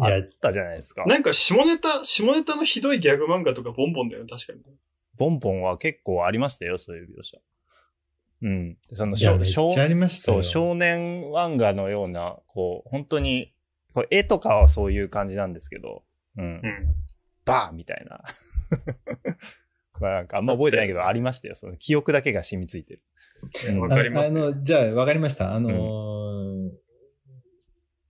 Speaker 2: あ
Speaker 3: や
Speaker 2: ったじゃないですか。
Speaker 1: なんか下ネタ、下ネタのひどいギャグ漫画とかボンボンだよね、確かに。
Speaker 2: ボンボンは結構ありましたよ、そういう描写。うん。その
Speaker 3: いや、
Speaker 2: 少、
Speaker 3: めっ
Speaker 2: 少
Speaker 3: ちゃありました
Speaker 2: そ
Speaker 3: よ。
Speaker 2: う、少年漫画のような、こう、本当に、こう絵とかはそういう感じなんですけど、うん
Speaker 1: う。ん。
Speaker 2: バーみたいな。 *laughs* まあなんかあんま覚えてないけど、ありましたよ。その記憶だけが染みついてる。うん
Speaker 1: わ
Speaker 3: あ
Speaker 1: かります
Speaker 3: あの、じゃあ、わかりました。あのー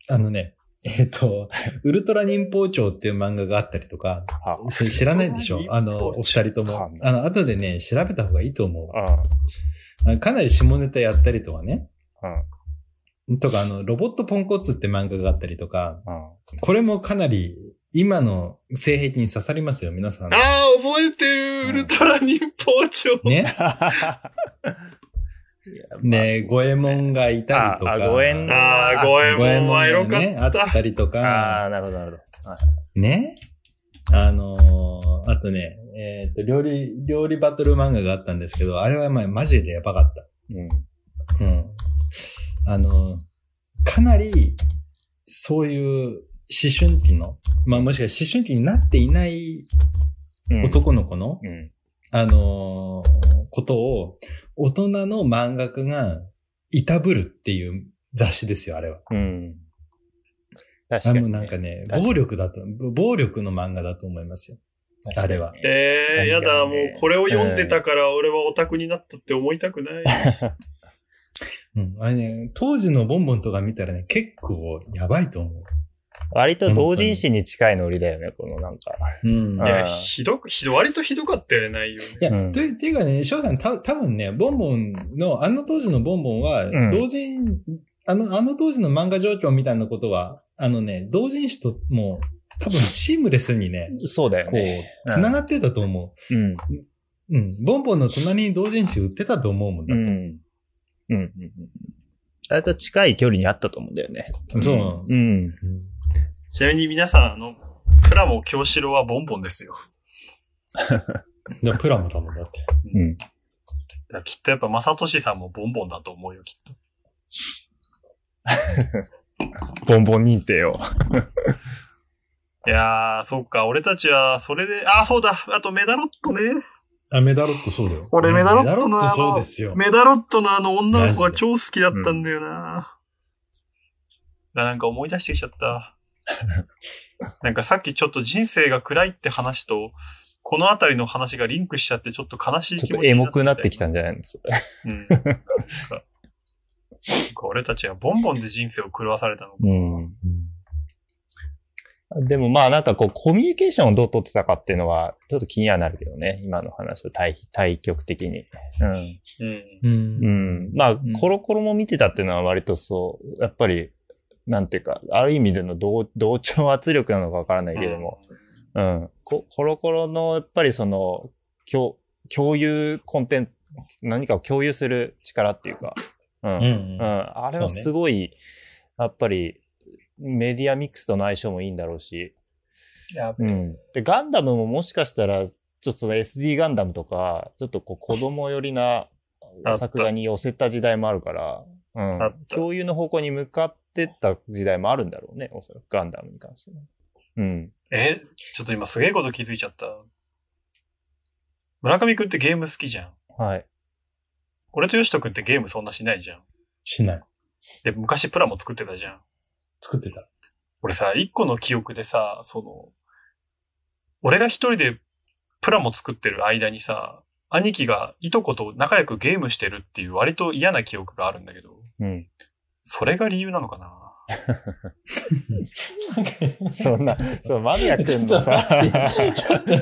Speaker 3: あのね、えっ、と、ウルトラ忍法庁っていう漫画があったりとか、
Speaker 2: あ
Speaker 3: それ知らないでしょあの、お二人と
Speaker 2: わか
Speaker 3: も
Speaker 2: ん。ない
Speaker 3: あの、後でね、調べた方がいいと思
Speaker 2: あ
Speaker 3: う。かなり下ネタやったりとかね。
Speaker 2: あ、うん、
Speaker 3: とか、あの、ロボットポンコツって漫画があったりとか、
Speaker 2: うん。
Speaker 3: これもかなり今の性癖に刺さりますよ、皆さん。
Speaker 1: ああ、覚えてる、ウルトラ忍法帳。
Speaker 3: ね。
Speaker 2: *laughs*
Speaker 3: ね五右衛門がいたりと
Speaker 2: あ
Speaker 3: か。
Speaker 2: あ五右衛門
Speaker 1: ああ、五右衛門はエロか
Speaker 3: 五右衛門がねあ
Speaker 1: っ。
Speaker 3: ったたりと
Speaker 2: あ
Speaker 3: か。
Speaker 2: あ、なるほど、なるほど。
Speaker 3: ね。あのーあとね、えっ、と、料理、料理バトル漫画があったんですけど、あれはまあマジでやばかった。
Speaker 2: うん。
Speaker 3: うん。あの、かなり、そういう思春期の、まあもしかして思春期になっていない
Speaker 2: うん。
Speaker 3: 男の子の、
Speaker 2: うん。
Speaker 3: あのーことを、大人の漫画家が、いたぶるっていう雑誌ですよ、あれは。
Speaker 2: うん。確か
Speaker 3: あれ
Speaker 2: に
Speaker 3: も
Speaker 2: ね。
Speaker 3: なんかね、
Speaker 2: 確かに
Speaker 3: 暴力だと、暴力の漫画だと思いますよ。
Speaker 2: 確かに
Speaker 3: あれは
Speaker 1: えー、や
Speaker 2: 確か
Speaker 1: だ、
Speaker 2: に
Speaker 1: も
Speaker 2: ね
Speaker 1: うこれを読んでたから俺はオタクになったって思いたくない。
Speaker 3: うん。あれね、当時のボンボンとか見たらね、結構やばいと思
Speaker 2: 割と同人誌に近いノリだよね、このなんか。
Speaker 3: う。うん。
Speaker 1: い
Speaker 2: あ
Speaker 1: や、
Speaker 2: ー
Speaker 1: ひどく、ひど、割とひどかったよね、内容ね。
Speaker 3: いや、
Speaker 2: うん
Speaker 3: というっていうかね、翔さん、た多分ね、ボンボンの、あの当時のボンボンは、
Speaker 2: ん
Speaker 3: 同人、あの、あの当時の漫画状況みたいなことは、あのね、同人誌ともう、多分シームレスにね、
Speaker 2: そうだよ
Speaker 3: こ
Speaker 2: ね。
Speaker 3: う、繋がってたと思
Speaker 2: うん。
Speaker 3: う。うん。ボンボンの隣に同人誌売ってたと思うもん
Speaker 2: う
Speaker 3: だ
Speaker 2: ん。うん。うんうん。割と近い距離にあったと思うんだよね。
Speaker 3: って。そう。
Speaker 2: うん。
Speaker 1: ちなみに皆さん、あの、プラモ京志郎はボンボンですよ。
Speaker 3: でプラモだもんだって。
Speaker 2: うん。
Speaker 1: だからきっとやっぱ、正俊さんもボンボンだと思うよ、きっと。
Speaker 2: ボンボン認定を。
Speaker 1: いやー、そっか、俺たちは、それで、あー、そうだ、あとメダロットね。
Speaker 3: あ、メダロットそうだよ。
Speaker 1: 俺メダロッ
Speaker 3: メダ
Speaker 1: ト
Speaker 3: ロ
Speaker 1: の
Speaker 3: ッ
Speaker 1: あ
Speaker 3: ト
Speaker 1: の
Speaker 3: そうですよ。
Speaker 1: メダロットのあの女の子
Speaker 3: マジ
Speaker 1: が
Speaker 3: で
Speaker 1: 超好きだったんだよな。あなんか思い出してきちゃった。なんかさっきちょっと人生が暗いって話と、このあたりの話がリンクしちゃってちょっと悲しい
Speaker 2: ち
Speaker 1: 気
Speaker 2: ょ
Speaker 1: 持
Speaker 2: っ
Speaker 1: ち
Speaker 2: とエモくなって
Speaker 1: き
Speaker 2: きたんじゃないのそれ
Speaker 1: うんなんかなんか俺たちはボンボンで人生を狂わされたの。
Speaker 2: うん。でもまあなんかこうコミュニケーションをどう取ってたかっていうのはちょっと気にはなるけどね。今の話と対比対極的に。うん。
Speaker 1: うん。
Speaker 2: う。
Speaker 3: うん
Speaker 2: ん。まあ
Speaker 3: ん
Speaker 2: コロコロも見てたっていうのは割とそう、やっぱり、なんていうか、ある意味での同同調圧力なのかわからないけれども、うん。こコロコロのやっぱりその共共有コンテンツ、何かを共有する力っていうか、うん
Speaker 3: う。
Speaker 2: う
Speaker 3: ん
Speaker 2: ん、あれはすごい、やっぱりメディアミックスとの相性もいいんだろうし、
Speaker 1: やべ
Speaker 2: うん、でガンダムももしかしたらちょっとその SD ガンダムとかちょっとこう子供寄り
Speaker 1: あ
Speaker 2: な
Speaker 1: った
Speaker 2: 作画に寄せた時代もあるから、う
Speaker 1: あ
Speaker 2: ん
Speaker 1: っ、た
Speaker 2: 共有の方向に向かってった時代もあるんだろうねおそらくガンダムに関しては。うん、
Speaker 1: え、ちょっと今すげえこと気づいちゃった。村上くんってゲーム好きじゃん。
Speaker 2: はい、
Speaker 1: 俺とヨシトくんってゲームそんなしないじゃん。
Speaker 3: しない。
Speaker 1: で、昔プラも作ってたじゃん。
Speaker 3: 作ってた。
Speaker 1: 俺さ、一個の記憶でさ、その、俺が一人でプラも作ってる間にさ、兄貴がいとこと仲良くゲームしてるっていう割と嫌な記憶があるんだけど、
Speaker 2: うん、
Speaker 1: それが理由なのかな
Speaker 2: そんなそう間宮君のさ *laughs*
Speaker 3: ちょっと、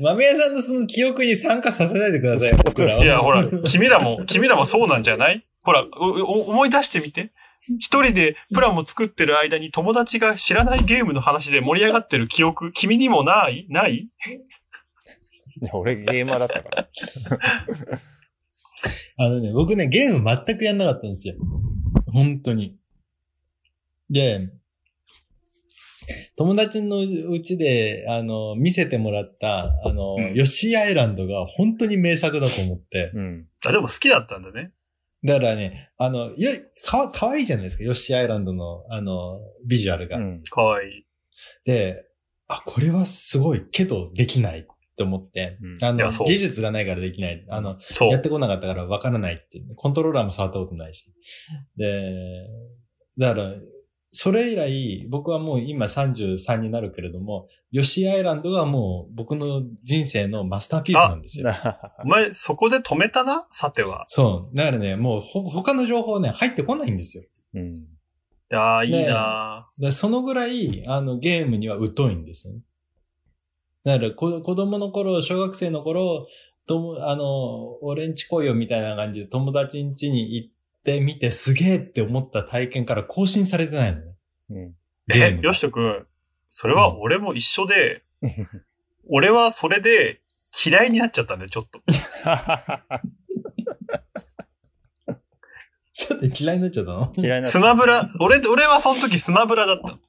Speaker 3: 豆屋さんのその記憶に参加させないでください。
Speaker 2: そうそう
Speaker 3: 僕らはい
Speaker 1: や、ほら、君らも、君らもそうなんじゃないほら、おお思い出してみて。一人でプラも作ってる間に友達が知らないゲームの話で盛り上がってる記憶、君にもないない
Speaker 2: 俺ゲーマーだったから。
Speaker 3: あのね、僕ね、ゲーム全くやんなかったんですよ。本当に。で、友達のうちで、あの、見せてもらった、あの、
Speaker 1: うん
Speaker 3: ヨッシーアイランドが本当に名作だと思って。
Speaker 2: うん
Speaker 1: あ、でも好きだったんだね。
Speaker 3: だからね、あの、よ、かわ、かわいいじゃないですか、ヨッシーアイランドの、あの、ビジュアル
Speaker 2: う
Speaker 3: が。
Speaker 2: ん *laughs*
Speaker 1: かわいい。
Speaker 3: で、あ、これはすごいけどできないって思って、
Speaker 2: うん
Speaker 3: あ
Speaker 1: い
Speaker 3: の、
Speaker 1: やそう
Speaker 3: 技術がないからできない。あの、
Speaker 1: そう
Speaker 3: やっ。てこなかったからわからないっていう。コントローラーも触ったことないし。で、だから、それ以来、僕はもう今33になるけれども、ヨシアイランドがもう僕の人生のマスターピースなんですよ。
Speaker 1: お前、そこで止めたなさては。
Speaker 3: そう。だからね、もうほ他の情報ね、入ってこないんですよ。
Speaker 2: うん
Speaker 1: いやー、い
Speaker 3: ね
Speaker 1: い
Speaker 3: え
Speaker 1: な
Speaker 3: だからそのぐらい、あの、ゲームには疎いんですよね。だから、こ子供の頃、小学生の頃、とも、あの、俺んち来いよみたいな感じで友達ん家に行ってみてすげえって思った体験から更新されてないのね。
Speaker 2: うん
Speaker 1: ー。
Speaker 3: ゲー
Speaker 1: え
Speaker 3: ム、が
Speaker 1: よしとくん、それは俺も一緒
Speaker 3: *laughs*
Speaker 1: で、俺はそれで嫌いになっちゃったんで、ちょっと。
Speaker 3: ちょっと嫌いになっちゃったの
Speaker 2: 嫌いな
Speaker 1: スマブラ、俺、俺はその時スマブラだった。
Speaker 3: *laughs*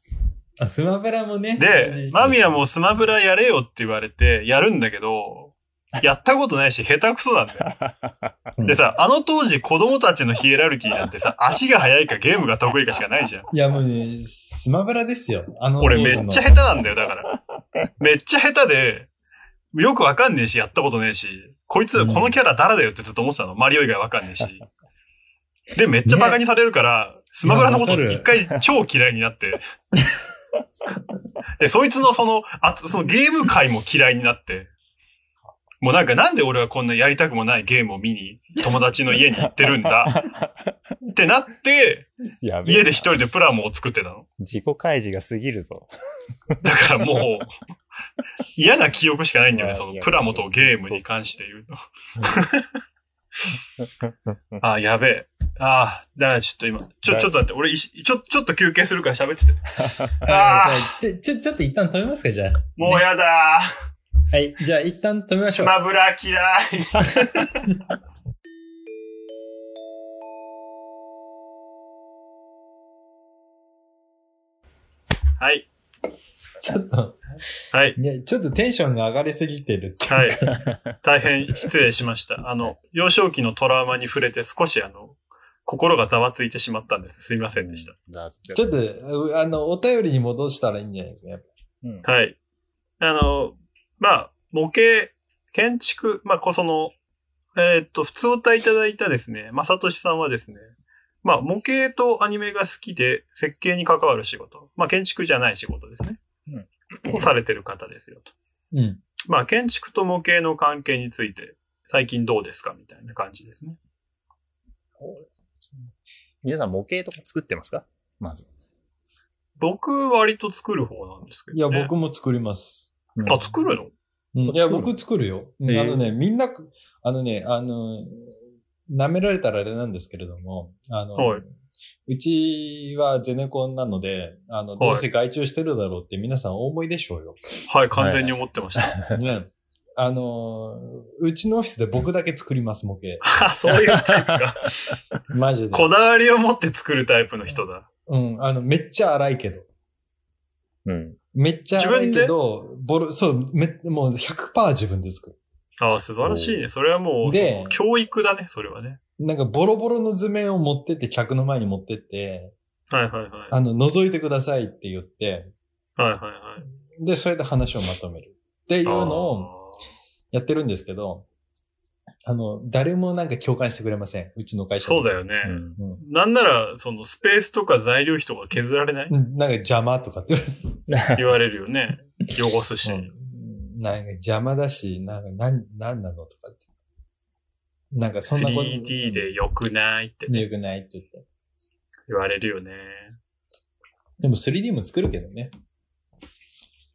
Speaker 3: あスマブラもね。
Speaker 1: で、マミヤもスマブラやれよって言われて、やるんだけど、やったことないし、下手くそなんだよ。
Speaker 3: うん
Speaker 1: でさ、あの当時子供たちのヒエラルキーなんてさ、足が速いかゲームが得意かしかないじゃん。
Speaker 3: いやもうね、スマブラですよ。あの、
Speaker 1: 俺めっちゃ下手なんだよ、だ
Speaker 3: *laughs*
Speaker 1: から。めっちゃ下手で、よくわかんねえし、やったことねえし、こいつ、このキャラ誰だよってずっと思ってたの。マリオ以外わかんねえし。で、めっちゃバカにされるから、スマブラのこと
Speaker 3: いやわ
Speaker 1: 一
Speaker 3: か
Speaker 1: 回超嫌いになって。で、そいつのその、あそのゲーム界も嫌いになって。もうなんかなんで俺はこんなやりたくもないゲームを見に友達の家に行ってるんだってなって、
Speaker 2: やべえな
Speaker 1: 家で一人でプラモを作ってたの。
Speaker 2: 自己開示が過ぎるぞ。
Speaker 1: だから *laughs* もう、嫌な記憶しかないんだよね、
Speaker 2: まあ
Speaker 1: その
Speaker 2: 嫌な
Speaker 1: プラモとゲームに関して言うと。あ、やべえ。あだからちょっと今、ちょ、ちょっと待って、俺いし、ちょ、ちょっと休憩するから喋ってて。あ
Speaker 3: あーじゃあちょ、ちょ、ちょっと一旦止めますか、じゃあ。
Speaker 1: もうやだー。
Speaker 3: はい、じゃあ一旦止めまし
Speaker 1: ス
Speaker 3: ょう。
Speaker 1: マブラ嫌い。 *laughs* はい、
Speaker 3: ちょっと、
Speaker 1: はい。
Speaker 3: ね、ちょっとテンションが上がりすぎてるって。
Speaker 1: はい。大変失礼しました。あの、幼少期のトラウマに触れて少しあの、心がざわついてしまったんです。すいませんでした。
Speaker 3: ちょっと、あの、お便りに戻したらいいんじゃないですか、やっぱ
Speaker 2: うん
Speaker 1: はい。あの、まあ、模型、建築、まあ、こうその、えーっと、普通おたいただいたですね、まさとしさんはですね、まあ、模型とアニメが好きで、設計に関わる仕事、まあ、建築じゃない仕事ですね。をされてる方ですよと。
Speaker 3: うん。
Speaker 1: まあ、建築と模型の関係について、最近どうですかみたいな感じですね。
Speaker 2: 皆さん模型とか作ってますかまず。
Speaker 1: 僕、割と作る方なんですけ
Speaker 3: いや、
Speaker 1: ど、ね。
Speaker 3: 僕も作ります。
Speaker 1: あ、作るの
Speaker 3: うんいや、
Speaker 2: 作る
Speaker 3: 僕作るよ。うん
Speaker 2: えー
Speaker 3: あのね、みんな、あのね、あの、舐められたらあれなんですけれども、あの、
Speaker 1: はいう
Speaker 3: ちはゼネコンなので、あの、
Speaker 1: い
Speaker 3: どうせ外注してるだろうって皆さんお思いでしょうよ。
Speaker 1: はい、完全に思ってました。
Speaker 3: ね。あの、うちのオフィスで僕だけ作ります、模型。
Speaker 1: あ *laughs* そういうタイプ
Speaker 3: *laughs*
Speaker 1: か。
Speaker 3: マジで。
Speaker 1: こだわりを持って作るタイプの人だ。
Speaker 3: うん、あの、めっちゃ荒いけど。
Speaker 2: うん。
Speaker 3: めっちゃ荒いけど、ボロ、そう、め、もう100%自分で作る。
Speaker 1: ああ、素晴らしいね。それはもう、
Speaker 3: で
Speaker 1: その教育だね、それはね。
Speaker 3: なんかボロボロの図面を持ってって、客の前に持ってって、
Speaker 1: はいはいはい。
Speaker 3: あの、覗いてくださいって言って、
Speaker 1: はいはいはい。
Speaker 3: で、それで話をまとめる。っていうのをやってるんですけど、あの、誰もなんか共感してくれません。うちの
Speaker 1: あー
Speaker 3: 会社
Speaker 1: そうだ
Speaker 3: よ。
Speaker 1: よね。
Speaker 2: うん
Speaker 3: うん
Speaker 1: なんなら、そのスペースとか材料費とか削られない
Speaker 3: うんなんか邪魔とかって言われて
Speaker 1: 言われるよね。汚すし。
Speaker 3: うんなんか邪魔だし、なんか、なん、なんなのとかって。なんかそんなこと。
Speaker 1: 3D で良くないって
Speaker 3: うん。よくないって言って。
Speaker 1: 言われるよね。
Speaker 3: でも 3D も作るけどね。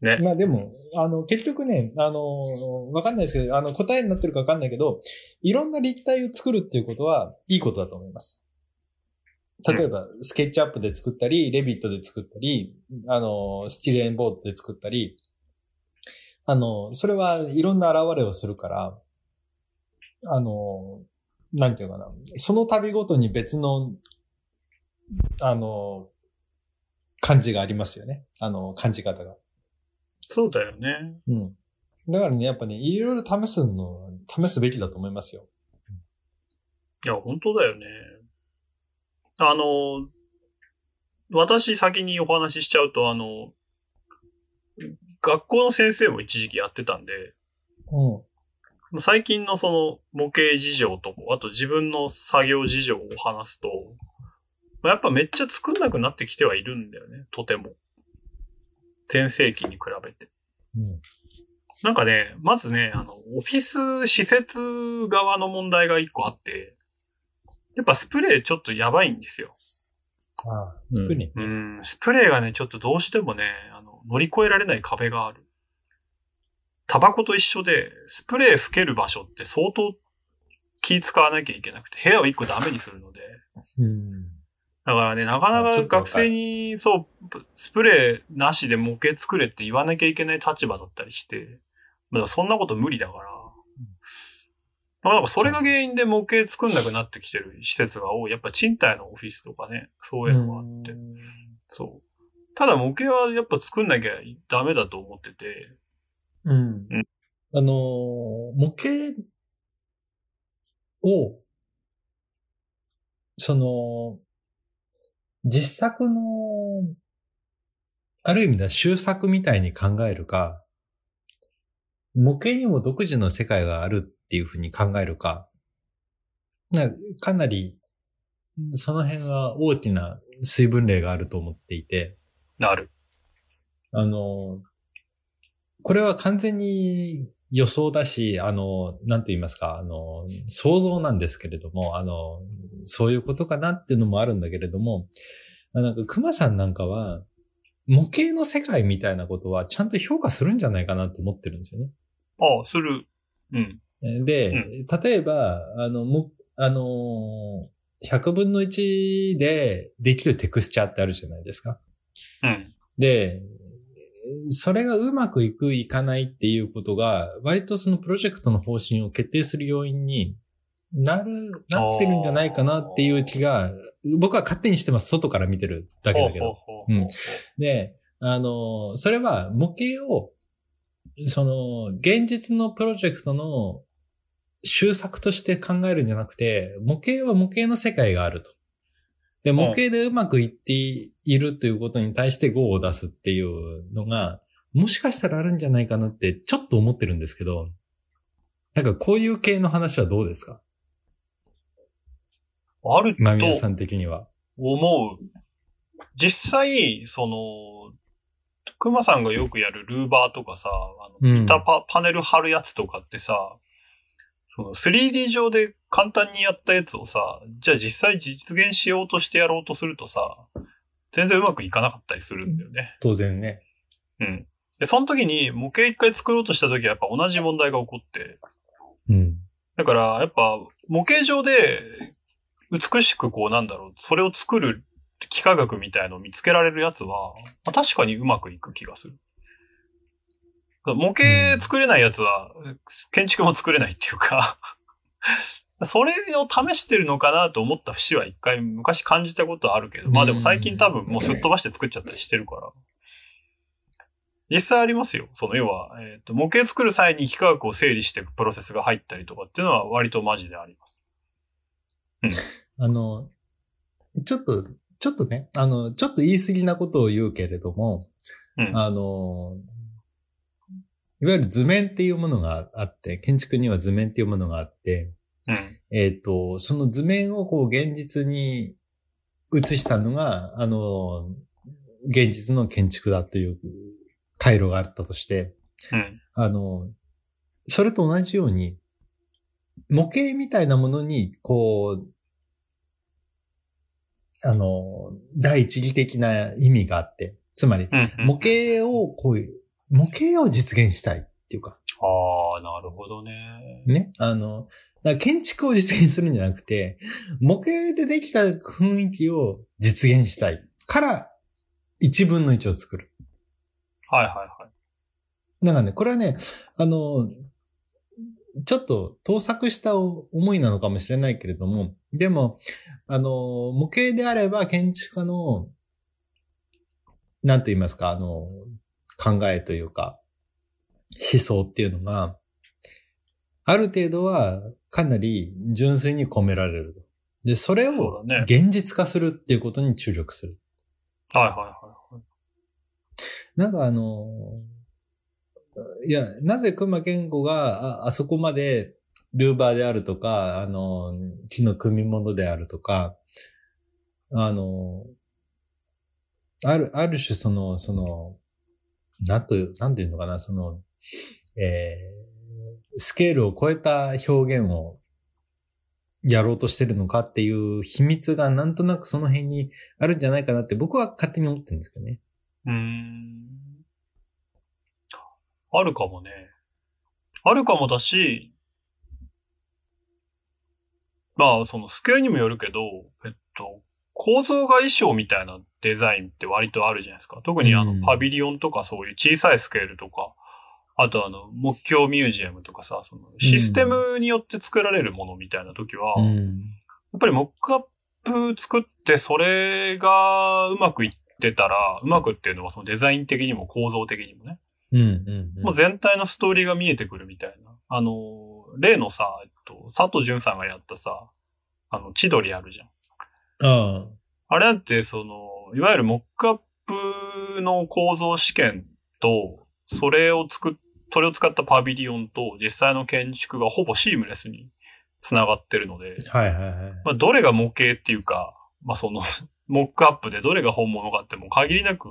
Speaker 1: ね
Speaker 3: まあでも、あの、結局ね、あの、わかんないですけど、あの、答えになってるかわかんないけど、いろんな立体を作るっていうことは、いいことだと思います。例えば、スケッチアップで作ったり、レビットで作ったり、あの、スチレンボードで作ったり、あの、それはいろんな現れをするから、あの、なんていうかな、その度ごとに別の、あの、感じがありますよね。あの、感じ方が。
Speaker 1: そうだよね。
Speaker 3: うん。だからね、やっぱね、いろいろ試すの、試すべきだと思いますよ。
Speaker 1: いや、本当だよね。あの、私先にお話ししちゃうと、あの、学校の先生も一時期やってたんで、
Speaker 3: うん。
Speaker 1: 最近のその模型事情と、あと自分の作業事情を話すと、まあやっぱめっちゃ作んなくなってきてはいるんだよね、とても。全盛期に比べて。
Speaker 3: うん。
Speaker 1: なんかね、まずね、あの、オフィス施設側の問題が一個あって、やっぱスプレーちょっとやばいんですよ。
Speaker 3: ああ、スプリン。
Speaker 1: うん、スプレーがね、ちょっとどうしてもね、あの、乗り越えられない壁がある。タバコと一緒で、スプレー吹ける場所って相当気使わなきゃいけなくて、部屋を一個ダメにするので。
Speaker 3: うん。
Speaker 1: だからね、なかな
Speaker 3: あち
Speaker 1: か
Speaker 3: ょっと
Speaker 1: 学
Speaker 3: わかる
Speaker 1: 生に、そう、スプレーなしで模型作れって言わなきゃいけない立場だったりして、まあ、そんなこと無理だから。まあ、なんかそれが原因で模型作んなくなってきてる施設が多い。やっぱ賃貸のオフィスとかね、そういうのがあって。そう。ただ模型はやっぱ作んなきゃダメだと思ってて、
Speaker 3: うん
Speaker 1: うん
Speaker 3: あのー模型を、その、実作の、ある意味では終作みたいに考えるか、模型にも独自の世界があるっていうふうに考えるか、なかなり、その辺が大きな水分例があると思っていて、
Speaker 1: なる。
Speaker 3: あの、これは完全に予想だし、あの、なんと言いますか、あの、想像なんですけれども、あの、そういうことかなっていうのもあるんだけれども、あなんか熊さんなんかは、模型の世界みたいなことはちゃんと評価するんじゃないかなと思ってるんですよね。
Speaker 1: ああ、する。うん。
Speaker 3: で、
Speaker 1: う
Speaker 3: 例えば、あの、も、あのー、100分の1でできるテクスチャーってあるじゃないですか。
Speaker 1: うん。
Speaker 3: で、それがうまくいく、いかないっていうことが、割とそのプロジェクトの方針を決定する要因になる、なってるんじゃないかなっていう気が、僕は勝手にしてます。外から見てるだけだけ
Speaker 1: ほ
Speaker 3: ど。
Speaker 1: うほうほうほう
Speaker 3: うんで、あの、それは模型を、その、現実のプロジェクトの終作として考えるんじゃなくて、模型は模型の世界があると。で、模型でうまくいっているということに対して5を出すっていうのが、もしかしたらあるんじゃないかなってちょっと思ってるんですけど、なんかこういう系の話はどうですか
Speaker 1: ある
Speaker 3: まみや
Speaker 1: と
Speaker 3: さん的には。
Speaker 1: 思う。実際、その、熊さんがよくやるルーバーとかさ、あ
Speaker 3: うん
Speaker 1: の板パ,、パネル貼るやつとかってさ、その 3D 上で簡単にやったやつをさ、じゃあ実際実現しようとしてやろうとするとさ、全然うまくいかなかったりするんだよね。
Speaker 3: 当然ね。
Speaker 1: うん。で、その時に模型一回作ろうとした時はやっぱ同じ問題が起こって、
Speaker 3: うん。
Speaker 1: だからやっぱ模型上で美しくこうなんだろう、それを作る幾何学みたいのを見つけられるやつは、まあ確かにうまくいく気がする。模型作れないやつは建築も作れないっていうか、それを試してるのかなと思った節は一回昔感じたことはあるけど、まあでも最近多分もうすっ飛ばして作っちゃったりしてるから。実際ありますよ。その要は、えっ、と、模型作る際に幾何学を整理していくプロセスが入ったりとかっていうのは割とマジであります。
Speaker 3: あの、ちょっと、ちょっとね、あの、ちょっと言い過ぎなことを言うけれども、
Speaker 1: うん
Speaker 3: あの、いわゆる図面っていうものがあって、建築には図面っていうものがあって、
Speaker 1: うん。
Speaker 3: えっ、と、その図面をこう現実に映したのが、あの、現実の建築だという回路があったとして、
Speaker 1: うん。
Speaker 3: あの、それと同じように、模型みたいなものに、こう、あの、第一義的な意味があって、つまり、
Speaker 1: うん。うん
Speaker 3: 模型をこういう、模型を実現したいっていうか、
Speaker 1: ああ、なるほどね。
Speaker 3: ね、あの、だから建築を実現するんじゃなくて、模型でできた雰囲気を実現したいから、一分の一を作る。
Speaker 1: はいはいはい。
Speaker 3: なんかね、これはね、あの、ちょっと盗作した思いなのかもしれないけれども、でも、あの、模型であれば建築家の、なんと言いますか、あの、考えというか、思想っていうのが、ある程度はかなり純粋に込められると。で、それ
Speaker 1: そ
Speaker 3: を
Speaker 1: うだね
Speaker 3: 現実化するっていうことに注力する。
Speaker 1: はいはいはい。
Speaker 3: なんかあの、いや、なぜ熊健吾がああそこまでルーバーであるとか、あの、木の組み物であるとか、あの、ある、ある種その、その、なんと、なんていうのかな、その、えースケールを超えた表現をやろうとしてるのかっていう秘密がなんとなくその辺にあるんじゃないかなって僕は勝手に思ってるんですけどね。
Speaker 1: うーん。あるかもね。あるかもだし、まあ、そのスケールにもよるけど、えっと、構造が衣装みたいなデザインって割とあるじゃないですか。特にあ
Speaker 3: うん
Speaker 1: の、パビリオンとかそういう小さいスケールとか、あとあの、木橋ミュージアムとかさ、そのシステムによって作られるものみたいな時は、
Speaker 3: うん
Speaker 1: やっぱりモックアップ作って、それがうまくいっってたら、うまくっていうのはそのデザイン的にも構造的にもね、
Speaker 3: うんうんうん
Speaker 1: もう全体のストーリーが見えてくるみたいな。あの、例のさ、えっと、佐藤淳さんがやったさ、あの、千鳥あるじゃん。
Speaker 3: あ
Speaker 1: あれだって、その、いわゆるモックアップの構造試験と、それを作っ、それを使ったパビリオンと実際の建築がほぼシームレスに繋がってるので、
Speaker 3: あはいはいはい。
Speaker 1: まあ、どれが模型っていうか、まあ、その、 *laughs* モックアップでどれが本物かってもう限りなく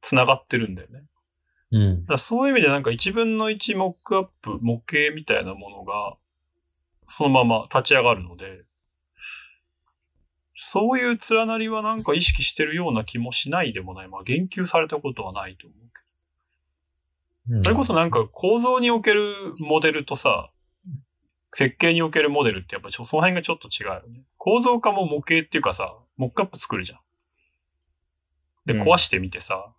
Speaker 1: 繋がってるんだよね。
Speaker 3: うん
Speaker 1: だか。らそういう意味でなんか1分の1モックアップ、模型みたいなものが、そのまま立ち上がるので、そういう連なりはなんか意識してるような気もしないでもない。まあ、言及されたことはないと思うけど。それこそなんか構造におけるモデルとさ、設計におけるモデルってやっぱちょその辺がちょっと違うよね。構造化も模型っていうかさ、モックアップ作るじゃん。で、
Speaker 2: うん
Speaker 1: 壊してみてさ、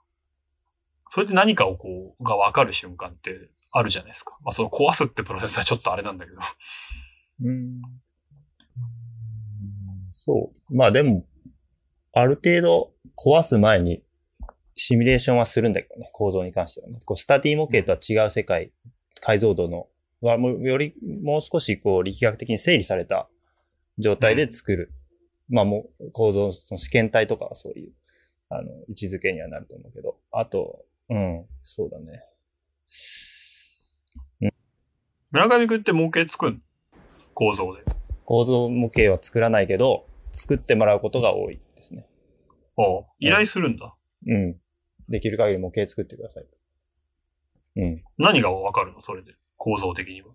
Speaker 1: それで何かをこう、がわかる瞬間ってあるじゃないですか。まあその壊すってプロセスはちょっとあれなんだけど。 *laughs*
Speaker 2: うんそう。まあでも、ある程度壊す前にシミュレーションはするんだけどね、構造に関してはね。こうスタディ模型とは違う世界、解像度の、はもうよりもう少しこう力学的に整理された状態で作る。まあもう構造のその試験体とかはそういう、あの、位置づけにはなると思うけど。あと、うん、そうだね。
Speaker 1: 村上くんって模型作んの構造で。
Speaker 2: 構造模型は作らないけど、作ってもらうことが多いですね。
Speaker 1: おう依頼するんだ。
Speaker 2: うん。できる限り模型作ってください。うん。
Speaker 1: 何がわかるのそれで。構造的には。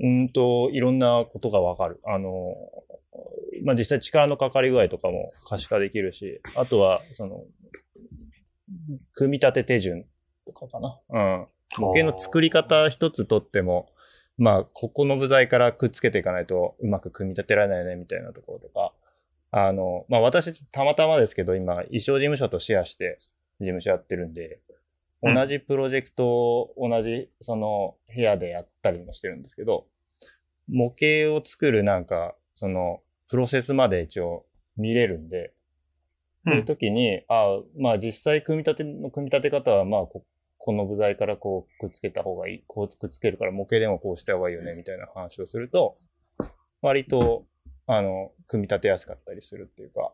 Speaker 2: うんと、いろんなことがわかる。あの、まあ、実際力のかかり具合とかも可視化できるし、あとは、その、組み立て手順とかかな。うん。模型の作り方一つとっても、まあ、ここの部材からくっつけていかないとうまく組み立てられないよね、みたいなところとか。あの、まあ私、たまたまですけど、今、衣装事務所とシェアして事務所やってるんで、
Speaker 1: うん
Speaker 2: 同じプロジェクトを同じ、その、部屋でやったりもしてるんですけど、模型を作るなんか、その、プロセスまで一応見れるんで、
Speaker 1: う。
Speaker 2: そういうん時に、あまあ実際組み立ての組み立て方は、まあこ、この部材からこうくっつけた方がいい、こうくっつけるから模型でもこうした方がいいよね、みたいな話をすると、割と、あの、組み立てやすかったりするっていうか、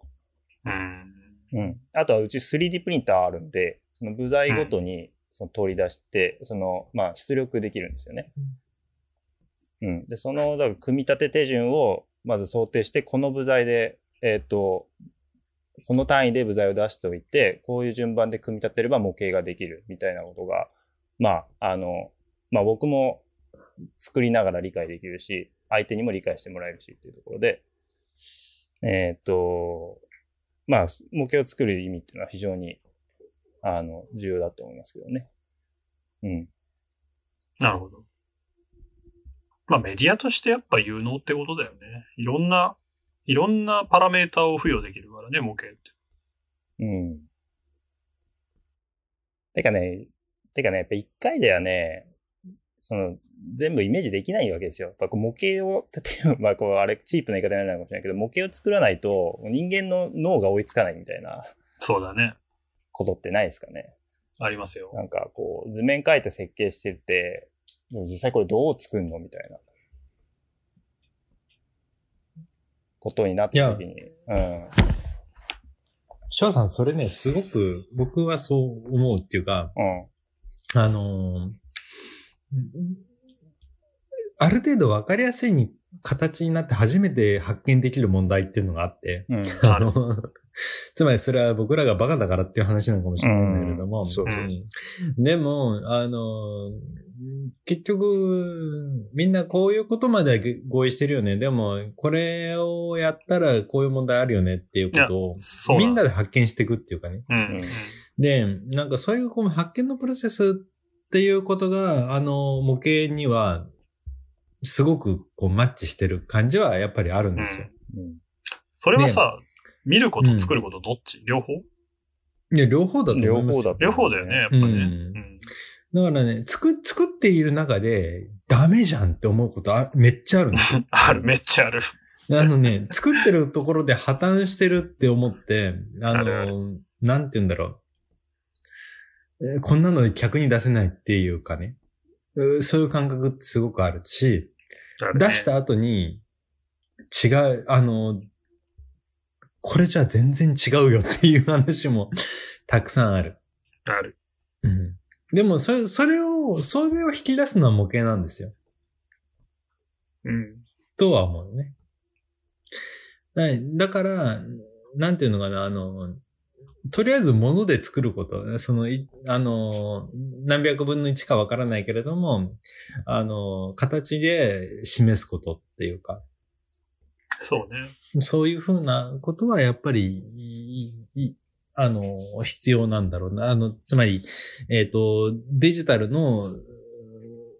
Speaker 1: うん。
Speaker 2: うん。あとはうち 3D プリンターあるんで、その部材ごとにその取り出して、その、まあ出力できるんですよね。うん。で、その、だから組み立て手順をまず想定して、この部材で、えっ、と、この単位で部材を出しておいて、こういう順番で組み立てれば模型ができるみたいなことが、まあ、あの、まあ僕も作りながら理解できるし、相手にも理解してもらえるしっていうところで、えっ、と、まあ、模型を作る意味っていうのは非常に、あの、重要だと思いますけどね。うん。
Speaker 1: なるほど。まあメディアとしてやっぱ有能ってことだよね。いろんな、いろんなパラメーターを付与できるからね、模型って。
Speaker 2: うん。てかね、てかね、やっぱ一回ではね、その、全部イメージできないわけですよ。やっぱこう模型を、例えば、まあこう、あれ、チープな言い方になるかもしれないけど、模型を作らないと、人間の脳が追いつかないみたいな
Speaker 1: そうだね。
Speaker 2: ことってないですかね。
Speaker 1: ありますよ。
Speaker 2: なんかこう、図面描いて設計してて、でも実際これどう作るのみたいな。ことになった時に。うん。
Speaker 3: 翔さん、それね、すごく僕はそう思うっていうか、
Speaker 2: うん。
Speaker 3: あのーある程度分かりやすいに形になって初めて発見できる問題っていうのがあって、
Speaker 2: うん。
Speaker 1: あ
Speaker 3: あ
Speaker 1: る
Speaker 3: の、 *laughs* つまりそれは僕らがバカだからっていう話なのかもしれないんだけれども、
Speaker 2: うんそう
Speaker 1: そう
Speaker 3: うんでも、あの、結局、みんなこういうことまでは合意してるよね。でも、これをやったらこういう問題あるよねっていうこ
Speaker 1: そ
Speaker 3: とを、
Speaker 1: う
Speaker 3: み
Speaker 1: だ
Speaker 3: んなで発見していくっていうかね。
Speaker 1: うん。うん
Speaker 3: で、なんかそういうこう発見のプロセスっていうことが、あの、模型には、すごくこうマッチしてる感じはやっぱりあるんですよ。
Speaker 1: それはさ、見ること、作ること、どっち両方
Speaker 3: いや、両方だと思いますよ。
Speaker 2: 両
Speaker 1: 両方
Speaker 2: 方だ
Speaker 1: だよね、やっぱね。
Speaker 3: うん
Speaker 1: うん
Speaker 3: だからね、作、作っている中で、ダメじゃんって思うことあめっちゃあるん
Speaker 1: *laughs*
Speaker 3: ですよ
Speaker 1: ある、めっちゃある。
Speaker 3: あのね、作ってるところで破綻してるって思って、あ
Speaker 1: あるあ
Speaker 3: の、なんて言うんだろう。えーこんなので客に出せないっていうかね。うーそういう感覚ってすごくあるし、出した後に、違う、あの、これじゃ全然違うよっていう話も *laughs* たくさんある。
Speaker 1: た。ある。
Speaker 3: うん。でも、それ、それを、それを引き出すのは模型なんですよ。
Speaker 1: うん。
Speaker 3: とは思うね。はい。だから、なんていうのかな、あの、とりあえず物で作ること、その、いあの、何百分の1かわからないけれども、あの、形で示すことっていうか、
Speaker 1: そうね。
Speaker 3: そういうふうなことはやっぱり、いいあの、必要なんだろうな。あの、つまり、えっ、と、デジタルのう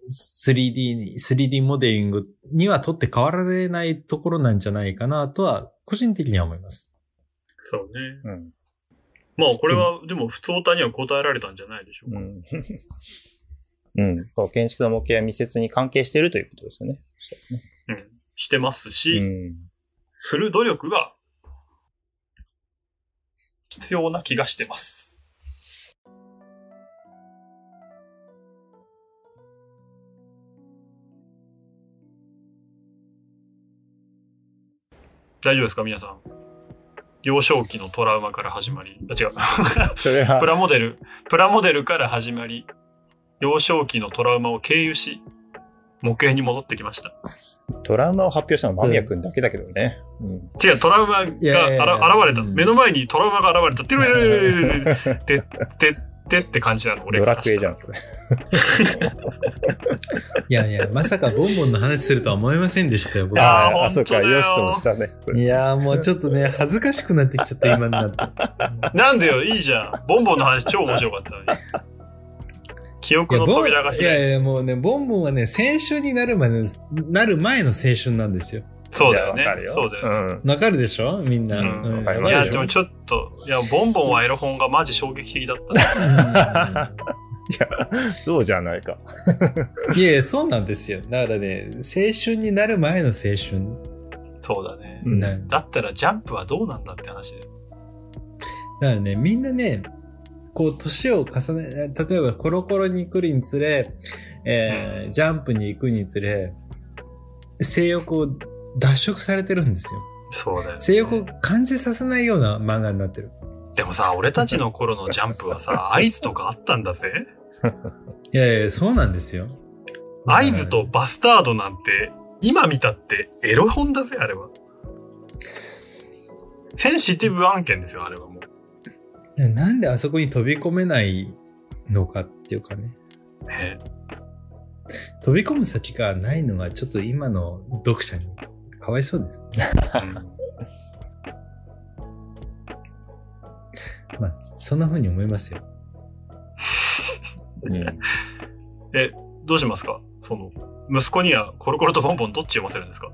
Speaker 3: ー 3D に、3D モデリングにはとって変わられないところなんじゃないかなとは、個人的には思います。
Speaker 1: そうね。
Speaker 2: うん。
Speaker 1: まあ、これは、でも、普通歌には答えられたんじゃないでしょう
Speaker 2: う
Speaker 1: か。
Speaker 2: ん。 *laughs* うん。こう建築の模型は密接に関係しているということですよね。
Speaker 1: してますし、
Speaker 2: うん。
Speaker 1: する努力が必要な気がしてます。大丈夫ですか皆さん。幼少期のトラウマから始まり、あ、違う。
Speaker 2: それは
Speaker 1: プ、ラモデル、プラモデルから始まり、幼少期のトラウマを経由し、模型に戻ってきました。
Speaker 2: トラウマを発表したのは間宮君だけだけどね。うん。
Speaker 1: 違う、トラウマがあら
Speaker 3: いやいやいや
Speaker 1: 現れた。
Speaker 3: うん
Speaker 1: 目の前にトラウマが現
Speaker 3: *laughs*
Speaker 1: れた。てるるるるるるてってってって感じなの、俺
Speaker 2: ドラクエじゃ
Speaker 1: ん。
Speaker 2: ん、それ。
Speaker 3: いやい *laughs* や、まさかボンボンの話するとは思いませんでしたよ、僕
Speaker 1: いや
Speaker 3: は。
Speaker 1: ー
Speaker 2: あーあ、そうか、
Speaker 1: 本当だよ
Speaker 2: ヨシともしたね。そ
Speaker 3: い
Speaker 2: れ
Speaker 3: やーもうちょっとね、恥ずかしくなってきちゃった、今になって。
Speaker 1: なんでよ、いいじゃん。ボンボンの話超面白かったのに。記憶の
Speaker 3: ボン
Speaker 1: 扉が
Speaker 3: いや
Speaker 1: 開い
Speaker 3: いや、もうね、ボンボンはね、青春になるまで、なる前の青春なんですよ。
Speaker 1: そうだよ
Speaker 2: いやわかる
Speaker 1: ね。
Speaker 2: よ。
Speaker 1: そうだよね。
Speaker 2: うん。
Speaker 3: わかるでしょみんな。
Speaker 1: うん
Speaker 3: うん
Speaker 2: わかり
Speaker 1: い
Speaker 2: ますよ
Speaker 1: や、
Speaker 3: わかる
Speaker 1: で
Speaker 3: しょ
Speaker 1: もちょっと、いや、ボンボンはエロ本がマジ衝撃的だった。
Speaker 2: いや、そうじゃないか。 *laughs*
Speaker 3: いやいや、そうなんですよ。だからね、青春になる前の青春。
Speaker 1: そうだね。
Speaker 2: うん
Speaker 3: ね
Speaker 1: だったらジャンプはどうなんだって話で。
Speaker 3: だからね、みんなね、こう、年を重ね、例えばコロコロに来るにつれ、えージャンプに行くにつれ、性欲を脱色されてるんですよ。
Speaker 1: そうだよね。
Speaker 3: 性欲を感じさせないような漫画になってる。
Speaker 1: でもさ、俺たちの頃のジャンプはさ、合図とかあったんだぜ。
Speaker 3: いやいや、そうなんですよ。
Speaker 1: 合図とバスタードなんて、今見たってエロ本だぜ、あれは。センシティブ案件ですよ、あれはも
Speaker 3: なんであそこに飛び込めないのかっていうかね。
Speaker 1: う。ね、
Speaker 3: 飛び込む先がないのはちょっと今の読者にかわいそうです。
Speaker 1: うん
Speaker 3: まあ、そんな風に思いますよ。
Speaker 2: うん。
Speaker 1: え、どうしますかその、息子にはコロコロとボンボンどっち読ませるんですか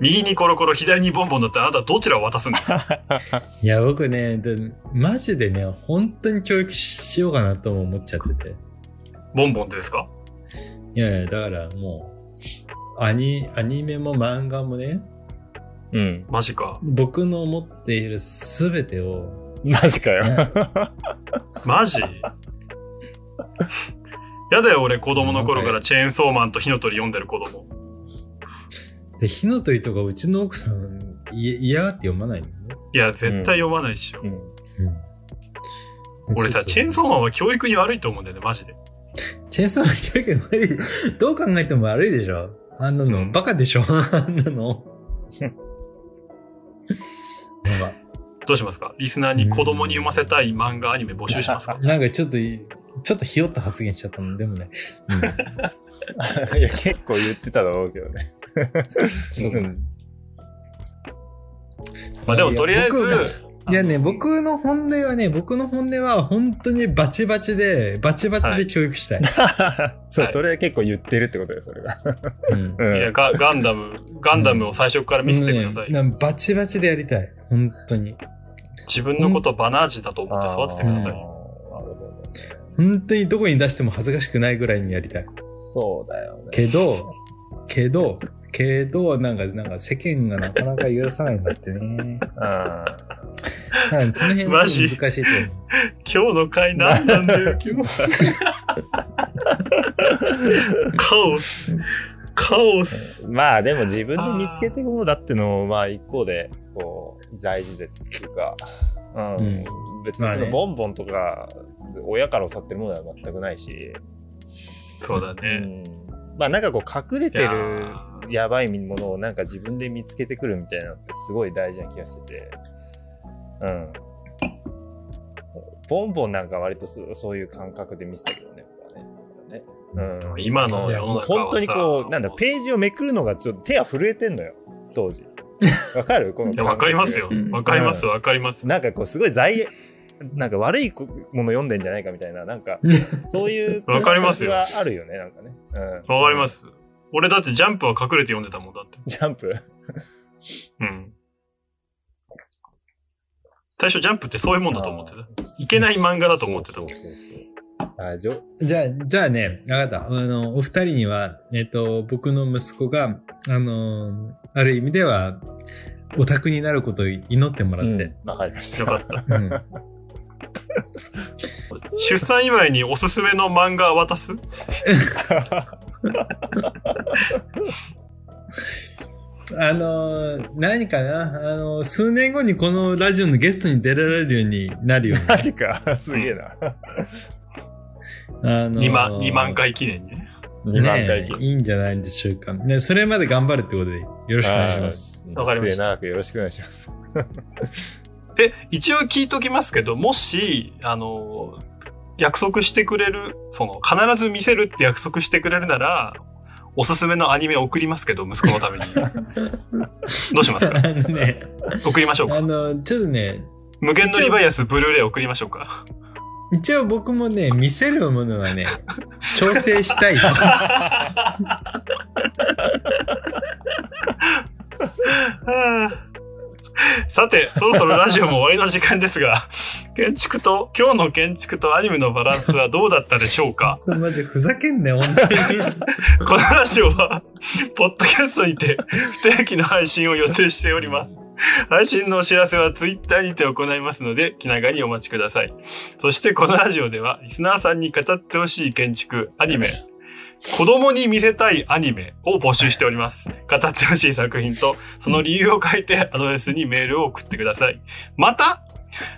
Speaker 1: 右にコロコロ、左にボンボンだったらあなたどちらを渡すんですか
Speaker 3: いや、僕ね、でマジでね、本当に教育しようかなとも思っちゃってて。
Speaker 1: ボンボンでですか
Speaker 3: いやいや、だからもう、アニアニメも漫画もね、
Speaker 1: *laughs*
Speaker 2: うん。
Speaker 1: マジか。
Speaker 3: 僕の持っているすべてを、
Speaker 2: マジかよ。
Speaker 1: マジやだよ、俺子供の頃からチェーンソーマンと火の鳥読んでる子供。
Speaker 3: で、火の鳥とかうちの奥さんい嫌がって読まないのね。
Speaker 1: いや、絶対読まないっしょ。
Speaker 2: うん
Speaker 3: うん
Speaker 1: 俺
Speaker 3: ちょっ
Speaker 1: さ、
Speaker 3: と
Speaker 1: チェーンソーマンは教育に悪いと思うんだよね、マジで。
Speaker 3: チェーンソーマン教育悪
Speaker 1: *laughs*
Speaker 3: い。どう考えても悪いでしょ。あんなの、バカでしょ。あんなの。なんか、
Speaker 1: どうしますかリスナーに子供に読ませたい漫画、アニメ募集しますか
Speaker 3: なんかちょっと、ちょっとひよった発言しちゃったの。でもね。
Speaker 2: *laughs* いや、結構言ってただろう
Speaker 1: *laughs*
Speaker 2: けどね。
Speaker 3: そうか
Speaker 2: ん
Speaker 1: まあでも、とりあえず、
Speaker 3: いやね、僕の本音はね、僕の本音は本当にバチバチで、バチバチで教
Speaker 1: *laughs*
Speaker 3: 育したい。
Speaker 2: そう、
Speaker 1: はい
Speaker 2: それ結構言ってるってことよ、それが。
Speaker 3: うん
Speaker 2: う
Speaker 1: い
Speaker 2: ん
Speaker 1: やガガンダム、ガンダムを最初から見せてください。
Speaker 3: ねなんかバチバチでやりたい。本当に。
Speaker 1: 自分のことをバナージだと思って育ててくださ
Speaker 2: あー
Speaker 1: い。
Speaker 2: なるほどね
Speaker 3: 本当にどこに出しても恥ずかしくないぐらいにやりたい。
Speaker 2: そうだよね。
Speaker 3: けど、けど、けど、なんか、なんか世間がなかなか許さないんだってね。
Speaker 2: う
Speaker 3: なんかその辺は
Speaker 1: マジ
Speaker 3: 難しいと思う。
Speaker 1: 今日の回何なんだよ、今日。 *laughs* カオス。カオス。
Speaker 2: ん、まあでも自分で見つけていくものだってのもまあ一方でこう大事でっていうか、うん
Speaker 3: うん
Speaker 2: 別にそ
Speaker 3: まあ
Speaker 2: の
Speaker 3: ね
Speaker 2: ボンボンとか親から教わってるものでは全くないし、
Speaker 1: そうだ
Speaker 2: う
Speaker 1: ね。
Speaker 2: ん、まあなんかこう隠れて
Speaker 1: いや
Speaker 2: る
Speaker 1: ー
Speaker 2: やばいものをなんか自分で見つけてくるみたいなのってすごい大事な気がしてて、うん、ボンボンなんか割とそそういう感覚で見せたけどね。僕はねうん、
Speaker 1: 今の世の中
Speaker 2: もう
Speaker 1: はさ
Speaker 2: 本当にこうなんだページをめくるのがちょっと手が震えてんのよ
Speaker 1: *laughs*
Speaker 2: 当時わかるこの
Speaker 1: いやわかりますよ
Speaker 4: うん。
Speaker 1: わかります、わかります。
Speaker 2: なんかこうすごい罪悪なんか悪いこもの読んでんじゃないかみたいななん
Speaker 1: *laughs*
Speaker 2: かそういう
Speaker 1: わかりますよ
Speaker 2: 感じはあるよねなんかねうん
Speaker 1: わかります。俺だってジャンプは隠れて読んでたもんだって。
Speaker 2: ジャンプ
Speaker 1: うん。最初ジャンプってそういうもんだと思ってた。
Speaker 2: た
Speaker 1: いけない漫画だと思ってた
Speaker 2: そ
Speaker 1: もん
Speaker 2: う。そうそうそうあじょ
Speaker 3: じゃあ、じゃあね、わかった。あの、お二人には、えっ、と、僕の息子が、あの、ある意味では、オタクになることを祈ってもらって。
Speaker 2: うんわかりまし
Speaker 1: よか
Speaker 2: た *laughs*
Speaker 1: った。
Speaker 3: うん
Speaker 1: 出産祝いにおすすめの漫画渡す
Speaker 3: あのー、何かなあのー、数年後にこのラジオのゲストに出られるようになるよね
Speaker 2: マジかすげえな
Speaker 3: あのー、
Speaker 1: ?2 万、2万回記念にね。
Speaker 2: 2万回
Speaker 3: ね
Speaker 2: 記、
Speaker 3: いいんじゃないでしょうか。ね、それまで頑張るってことでよろしくお願いします。
Speaker 1: わかりました
Speaker 2: 失礼長くよろしくお願いします
Speaker 1: え、一応聞いときますけど、もし、あの、約束してくれる、その、必ず見せるって約束してくれるなら、おすすめのアニメ送りますけど、息子のために。どうしますか
Speaker 3: あのね、
Speaker 1: 送りましょう
Speaker 3: あ
Speaker 1: か。
Speaker 3: のー、ちょっとね、
Speaker 1: 無限のリバイアス、ブルーレイ送りましょうか。 *laughs*
Speaker 3: 一応僕もね、見せるものはね、調整したいと。
Speaker 1: さて、そろそろラジオも終わりの時間ですが、建築と、今日の建築とアニメのバランスはどうだったでしょうか
Speaker 3: マジふざけんなよ、本当に。
Speaker 1: *laughs* このラジオは、ポッドキャストにて、不定期の配信を予定しております。配信のお知らせは Twitter にて行いますので、気長にお待ちください。そしてこのラジオでは、リスナーさんに語ってほしい建築、アニメ、子供に見せたいアニメを募集しております。語ってほしい作品と、その理由を書いてアドレスにメールを送ってください。また、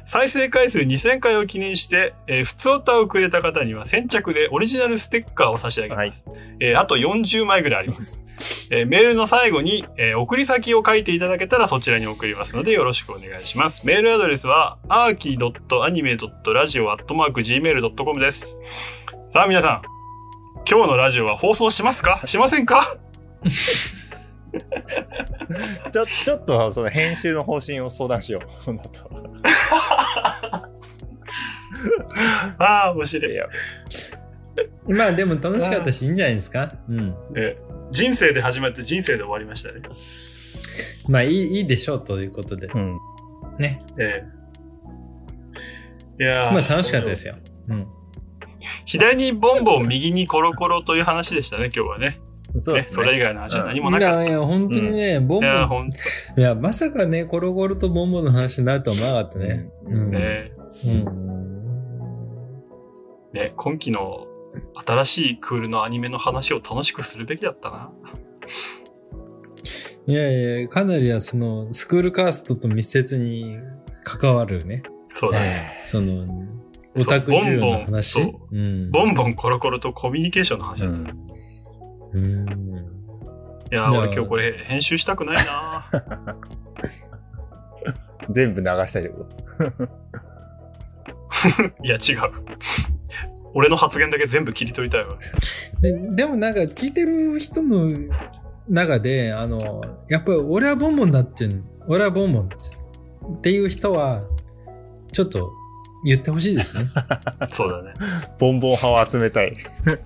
Speaker 1: 再生回数2000回を記念して、えー、普通歌をくれた方には先着でオリジナルステッカーを差し上げます。えーあと40枚ぐらいあります。えーメールの最後に、えー送り先を書いていただけたらそちらに送りますのでよろしくお願いします。メールアドレスは arky.anime.radio.gmail.com です。さあ皆さん、今日のラジオは放送しますかしませんか
Speaker 2: ちょちょっとその編集の方針を相談しよう *laughs* その後
Speaker 1: ああ、面白い。
Speaker 2: いや
Speaker 3: まあでも楽しかったし、いいんじゃないですか。うん。
Speaker 1: えー人生で始まって人生で終わりましたね。
Speaker 3: まあいい、いいでしょうということで
Speaker 2: う。ん
Speaker 3: ね。
Speaker 1: ええいやー
Speaker 3: まあ楽しかったですよ。うん。
Speaker 1: 左にボンボン、右にコロコロという話でしたね、今日はね。
Speaker 2: そうで
Speaker 1: ね
Speaker 2: す
Speaker 1: そ
Speaker 2: ね
Speaker 1: れ以外の話は何も
Speaker 3: い
Speaker 1: なかっ
Speaker 3: やいや、本当にね、ボン
Speaker 1: た。いやー、
Speaker 3: ボ
Speaker 1: ほんと
Speaker 3: ン。いや、まさかね、コロコロとボンボンの話になるとは思わなかったね。うん。
Speaker 1: ね。
Speaker 3: うん。
Speaker 1: ね、今期の新しいクールのアニメの話を楽しくするべきだったな。
Speaker 3: いやいや、かなりはその、スクールカーストと密接に関わるね。
Speaker 1: そうだね。
Speaker 3: その、
Speaker 1: そう
Speaker 3: オタク需要の
Speaker 1: ボ
Speaker 3: 話。
Speaker 1: ンボンそう
Speaker 3: うん。
Speaker 1: ボンボンコロコロとコミュニケーションの話だった。い
Speaker 3: うん。
Speaker 1: やー、
Speaker 3: いやー
Speaker 1: 俺今日これ編集したくないな。
Speaker 2: 全部流したいってこと
Speaker 1: いや、違う。俺の発言だけ全部切り取りたいわ。
Speaker 3: ででもなんか聞いてる人の中で、あの、やっぱり俺はボンボンだっちゅうん、俺はボンボンっちゅうんっていう人は、ちょっと言ってほしいです
Speaker 1: *laughs*
Speaker 3: ね。
Speaker 1: そうだね。
Speaker 2: ボンボン派を集め *laughs* たい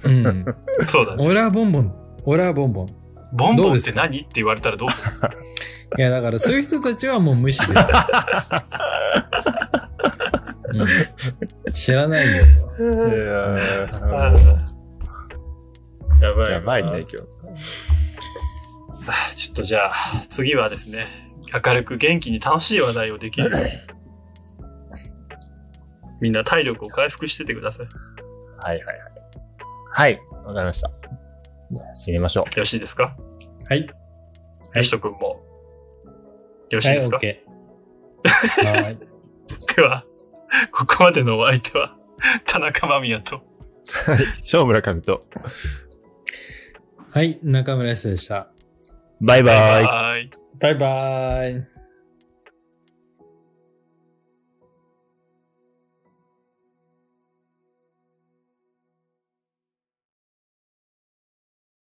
Speaker 3: うん。
Speaker 1: そうだね。
Speaker 3: 俺はボンボン、俺はボンボン。
Speaker 1: ボン
Speaker 3: ど
Speaker 1: ボ
Speaker 3: う
Speaker 1: ン
Speaker 3: で
Speaker 1: っ
Speaker 3: す
Speaker 1: て
Speaker 3: か
Speaker 1: 何って言われたらどうする
Speaker 3: いや、だからそういう人たちはもう無視です。うん知らないよ。
Speaker 2: や
Speaker 1: やばい。
Speaker 2: ばいね今日
Speaker 1: あちょっとじゃあ、次はですね、明るく元気に楽しい話題をできる。みんな体力を回復しててください。よ
Speaker 2: はいはいはい。はい、わかりました。じゃあ、締めましょう。
Speaker 1: ろしいですか
Speaker 3: はい。はい
Speaker 1: よしとくんも。よろしい
Speaker 3: はい、
Speaker 1: ですか、
Speaker 3: OK。はーい。
Speaker 1: では、ここまでのお相手は、田中間宮と。
Speaker 2: 小村上と、
Speaker 3: はい、中村康也でした。
Speaker 2: バイバイ。
Speaker 1: バイ。
Speaker 3: バイバーイ。